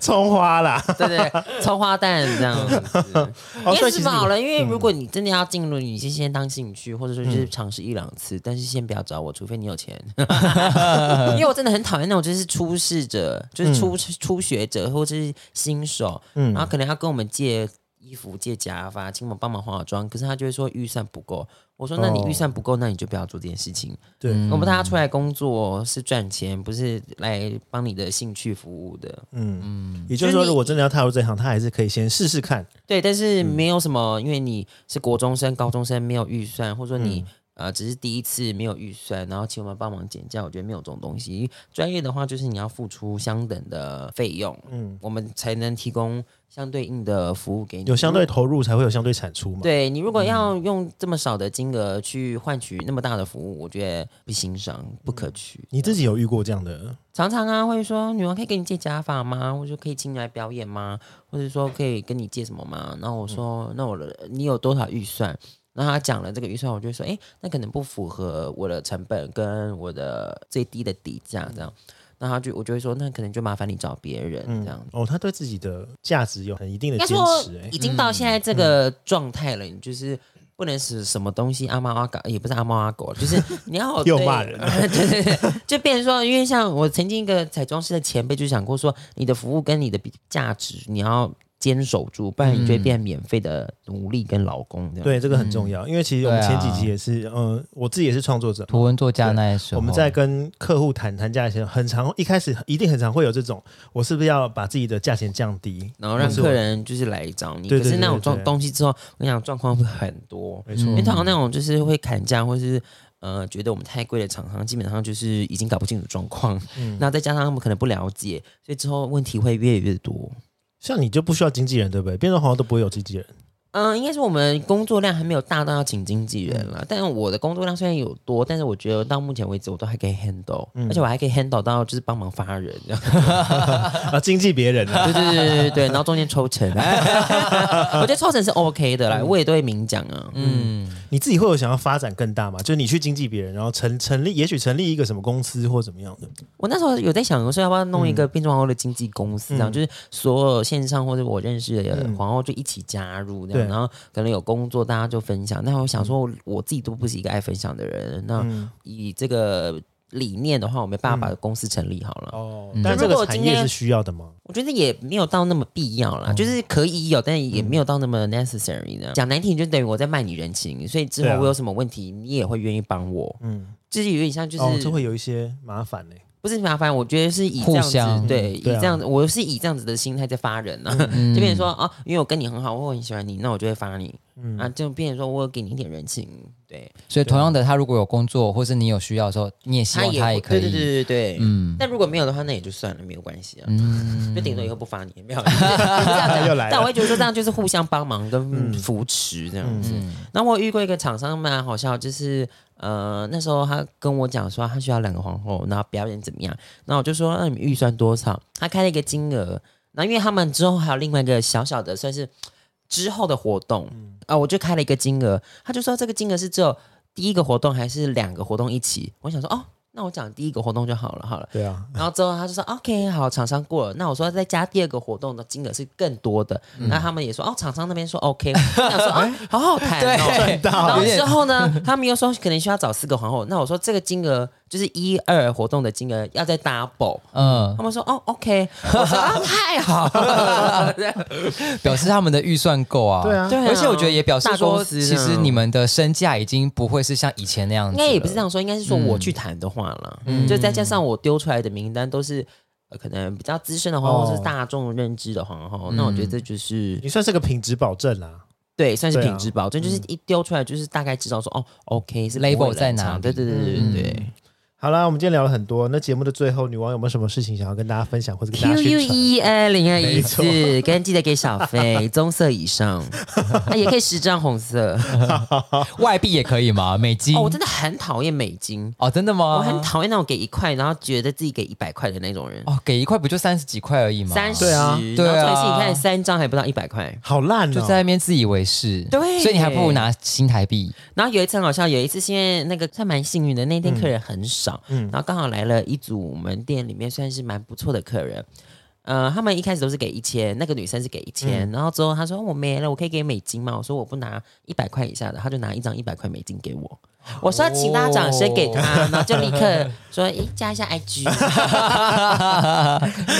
C: 葱花 <laughs> 啦，
A: 对对，葱花蛋这样子，
C: 哦所
A: 也
C: 以其
A: 是
C: 实
A: 蛮好
C: 你
A: 了。因为如果你真的要进入，你是先当兴趣，或者说就是尝试一两次，但是先不要找我，除非你有钱。 <laughs> 因为我真的很讨厌那种就是初试者，就是初初学者或者是新手，然嗯啊后可能要跟我们借。衣服借假发，请我们帮忙化妆，可是他就会说预算不够。我说：“那你
C: 哦
A: 预算不够，那你就不要做这件事情。
C: 对，
A: 我们大家出来工作是赚钱，不是来帮你的兴趣服务的。
C: 也
A: 就
C: 就是
A: 是
C: 说，
A: 你
C: 如果真的要踏入这行，他还是可以先试试看。
A: 对，但是
C: 嗯
A: 没有什么，因为你是国中生、高中生，没有预算，或者说你、
C: 嗯
A: 呃只是第一次没有预算，然后请我们帮忙减价，我觉得没有这种东西。专业的话，就是你要付出相等的费用，嗯，我们才能提供相对应的服务给你。
C: 有相对嗯投入，才会有相对产出嘛。
A: 对你如果要用这么少的金额去换取那么大的服务，我觉得不欣赏、不可取。
C: 你自己有遇过这样的？
A: 常常啊会说，女王可以给你借假发吗？或者可以请你来表演吗？或者说可以跟你借什么吗？然后我说，那我的你有多少预算？然后他讲了这个预算，我就说，诶，那可能不符合我的成本跟我的最低的底价这样。那他就我就会说，那可能就麻烦你找别人这样。
C: 哦，他对自己的价值有很一定的
A: 应该
C: 坚
A: 说
C: 持、欸。
A: 已经到现在这个状态了，你就是。不能使什么东西阿猫阿狗，也不是阿猫阿狗，啊就是你要
C: <laughs> 又
A: 对
C: 骂人
A: 对 <laughs> 对对，就变成说，因为像我曾经一个彩妆师的前辈就讲过说，你的服务跟你的比价值你要坚守住，不然你就会变免费的奴隶跟劳工这样。
C: 对，这个很重要，因为其实我们
B: 对
C: 前
B: 啊
C: 几集也是，嗯、我自己也是创作者，
B: <laughs> 图文作家那一时候，
C: 我们在跟客户谈谈价钱，很常一开始一定很常会有这种，我是不是要把自己的价钱降低？
A: 然后让
C: 没错
A: 客人就是来找你，
C: 对
A: 可
C: 对
A: 是那种
C: 对对
A: 状
C: 对
A: 东西之后，我跟你讲状况会很多，
C: 没错
A: 因为通常那种就是会砍价，或是呃觉得我们太贵的厂商，基本上就是已经搞不清楚状况，那、再加上他们可能不了解，所以之后问题会越来越多。
C: 像你就不需要经纪人，对不对？变装皇后都不会有经纪人，
A: 嗯，应该是我们工作量还没有大到要请经纪人了。但我的工作量虽然有多，但是我觉得到目前为止我都还可以 handle，、而且我还可以 handle 到就是帮忙发人这样。
C: 啊，经纪别人啊。 <laughs>
A: 对对对对对对，然后中间抽成，啊 <laughs> 我觉得抽成是 OK 的啦，我也都会明讲啊。
B: 嗯，
C: 你自己会有想要发展更大吗？就是你去经纪别人，然后成成立，也许成立一个什么公司或怎么样的。
A: 我那时候有在想，我说要不要弄
C: 嗯
A: 一个变装皇后的经纪公司，这样、就是所有线上或者我认识的皇后就一起加入这样，
C: 嗯对嗯
A: 然后可能有工作大家就分享。但我想说我，我自己都不是一个爱分享的人，那以这个理念的话，我没办
C: 嗯
A: 法把公司成立好了。
C: 哦，但这
A: 如果
C: 个
A: 我今
C: 产业
A: 天
C: 是需要的吗？
A: 我觉得也没有到那么必要
C: 嗯
A: 啦，就是可以有，但也没有到那么 necessary 呢。讲难听，就等于我在卖你人情，所以之
C: 对啊
A: 后我有什么问题，你也会愿意帮我。
C: 嗯，
A: 就是有点像，就是、
C: 哦，这会有一些麻烦呢、
A: 不是麻烦，我觉得是以这
B: 互
A: 样
B: 相
A: 子，对，
C: 嗯
A: 以
C: 对啊
A: 这样子，我是以这样子的心态在发人呢、啊，
B: 嗯
A: 就变成说啊，因为我跟你很好，我很喜欢你，那我就会发你，啊，就变成说我有给你一点人情，对，
B: 所以同样的，他如果有工作或是你有需要的时候，你也希望
A: 也
B: 他也可以，
A: 对对对对对，
B: 嗯
A: 但如果没有的话，那也就算了，没有关系啊，就顶多以后不发你，没有，
C: 嗯
A: <laughs>
C: 又来了嗯
A: 但我会觉得说这样就是互相帮忙跟扶持这样子。那我有遇过一个厂商蛮好笑，就是呃那时候他跟我讲说他需要两个皇后，然后表演怎么样，那我就说那你们预算多少？他开了一个金额，那因为他们之后还有另外一个小小的算是之后的活动，
C: 嗯
A: 啊、我就开了一个金额，他就说这个金额是只有第一个活动还是两个活动一起？我想说哦。那我讲第一个活动就好了，好了。
C: 对啊，
A: 然后之后他就说 OK 好，厂商过了。那我说再加第二个活动的金额是更多的，
B: 嗯
A: 那、他们也说哦，厂商那边说
B: <laughs>
A: OK，我想说啊，好好谈哦。
B: 哎
A: <laughs>
B: 对，
A: 然后
B: 有点
A: 之后
B: <laughs>
A: 呢，他们又说可能需要找四个皇后，那我说这个金额就是一二活动的金额要再 double，
B: 嗯，
A: 他们说哦 OK，我说啊太好
B: <laughs>
A: 了，
B: 表示他们的预算够啊，
C: 对啊
A: 对啊
B: 而且我觉得也表示
A: 大公
B: 说，
A: 司嗯
B: 其
A: 呢
B: 实你们的身价已经不会是像以前那样
A: 应
B: 子了，
A: 该也不是这样说，应该是说
C: 嗯
A: 我去谈的话啦，就再加上我丢出来的名单都是。呃可能比较资深的皇后，
C: 哦嗯
A: 或是大众认知的皇后，那我觉得这就是
C: 你算是个品质保证啦。
A: 对，算是
C: 对啊
A: 品质保证，就是一丢出来就是大概知道说哦，OK 是不会
B: Label
A: 冷
B: 在哪
A: 藏
B: 里
C: 嗯
A: 对对对对对对。
C: 好啦，我们今天聊了很多。那节目的最后，女王有没有什么事情想要跟大家分享，或者跟大家
A: Q
C: 宣
A: U
C: 传？
A: E 二零二一
C: 没错
A: 四，跟记得给小费，棕色以上， <laughs> 啊、也可以十张红色。
B: 外币也可以
A: <laughs>
B: 吗？美金？
A: 哦，我真的很讨厌美金，
B: 哦真的吗？
C: 啊
A: 我很讨厌那种给一块，然后觉得自己给一百块的那种人。
B: 哦，给一块不就三十几块而已吗？
A: 三十，
C: 对啊
B: 对啊
A: 然后这一次你看三张还不到一百块。
C: 好烂哦！
B: 就在那边自以为是，
A: 啊对
B: 所以你还不如拿新台币。
A: 然后有一次很好笑，有一次现在那个算蛮幸运的，那天客人很少，然后刚好来了一组我们店里面算是蛮不错的客人。呃，他们一开始都是给一千，那个女生是给一千、然后之后她说、哦我没了，我可以给美金吗？我说我不拿一百块以下的，她就拿一张一百块美金给我。我说请大家掌声给她，然后就立刻说，诶，加一下 IG，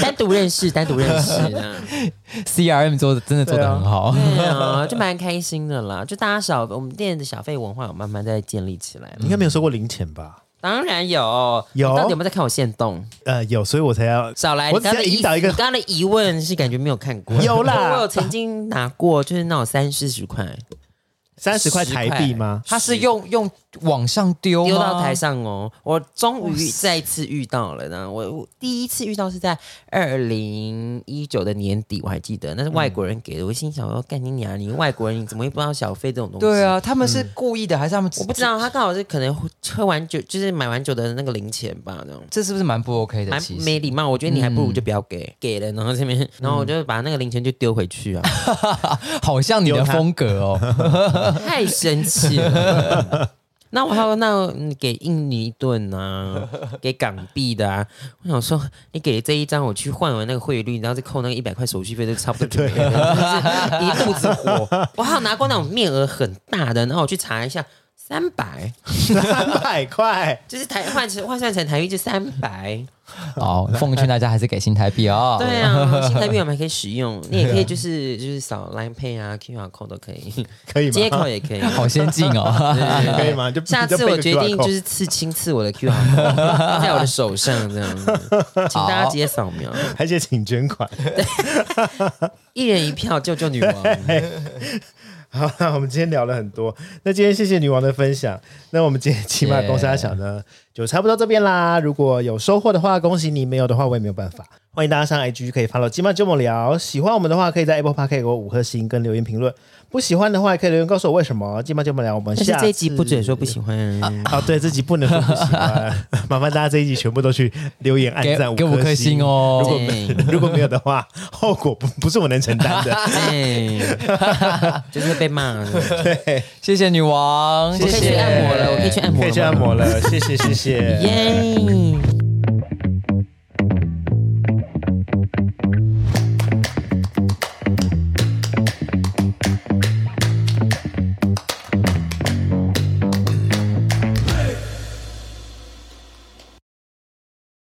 A: 单独认识，单独认识。
B: CRM 做的真的做的很好，
A: 对啊，就蛮开心的啦。就大家小我们店的小费文化有慢慢在建立起来了。
C: 你应该没有收过零钱吧？
A: 当然有，
C: 有
A: 你到底有没有在看我现动？
C: 呃，有，所以我才要
A: 少来，
C: 我
A: 你
C: 只要
A: 刚才的意
C: 引导一个
A: 你刚才的疑问是感觉没有看过，
C: <laughs> 有啦
A: 因为我有曾经拿过，就是那种三四十块
C: 三十块台币吗？
B: 他是用用往上丢吗
A: 丢到台，上哦，我终于再次遇到了呢。我我第一次遇到是在二零一九的年底，我还记得那是
C: 嗯
A: 外国人给的，我心想说，干你娘，你外国人你怎么会不知道小费这种东西？
B: 对。啊，他们
C: 嗯
B: 是故意的还是他们？
A: 我不知，道，他刚好是可能喝完酒，就是买完酒的那个零钱吧，这种。
B: 这是不是蛮不 OK 的？
A: 蛮
B: 其
A: 没
B: 实
A: 礼貌，我觉得你还不如就不要给，给了然后这边，然后我就把那个零钱就丢回去啊，
B: 好像你的风
A: <laughs>
B: 格哦，
A: 太生气了。那我还有那你给印尼盾啊，给港币的啊，我想说你给这一张我去换完那个汇率，然后再扣那个一百块手续费，就差不多就没了，真 <laughs> 的是一肚子火。我还有拿过那种面额很大的，然后我去查一下。三百，
C: 三百块，
A: 就是台换成换算成台币就三百，
B: 好，奉劝大家还是给新台币哦。
A: 对
C: <laughs>
A: 啊，新台币我们还可以使用，你也可以就是就是扫 Line Pay 啊、QR code 都可以，
C: 可以
A: 接口
C: 吗？
A: 也可以。
B: 好先进哦，
C: <laughs>
B: <laughs>
C: 可以吗？就
A: 下次我决定就是刺青刺我的 QR code 在我的手上这样子，请大家直接扫描，
C: 而且请捐款。
A: 一人一票救救女
C: <laughs>
A: 王。
C: 好，那我们今天聊了很多，那今天谢谢女王的分享。那我们今天起码
B: 谢
C: 公司大小呢，就差不多这边啦。如果有收获的话，恭喜你；没有的话，我也没有办法。欢迎大家上 IG 可以 follow 今晚就我聊。喜欢我们的话，可以在 Apple Park 给我五颗星跟留言评论。不喜欢的话，也可以留言告诉我为什么。今晚就我聊，我们
A: 但是
C: 下
A: 这一集不准说不喜
C: 行。
A: 欢，
C: <laughs> 哦，对，这集不能说不喜欢，麻烦大家这一集全部都去留言、按
B: 给
C: 赞
B: 给五颗星。
C: 如
B: 哦。
C: 果没如果没有的话，后果不不是我能承担的。 <laughs>
A: 对，哎就是被骂了。
B: 谢谢女王，
A: 我可以去按摩了，我可以去按摩了
C: 可以
A: 吗， <laughs>
C: 去按摩了，谢谢谢谢。
A: 耶。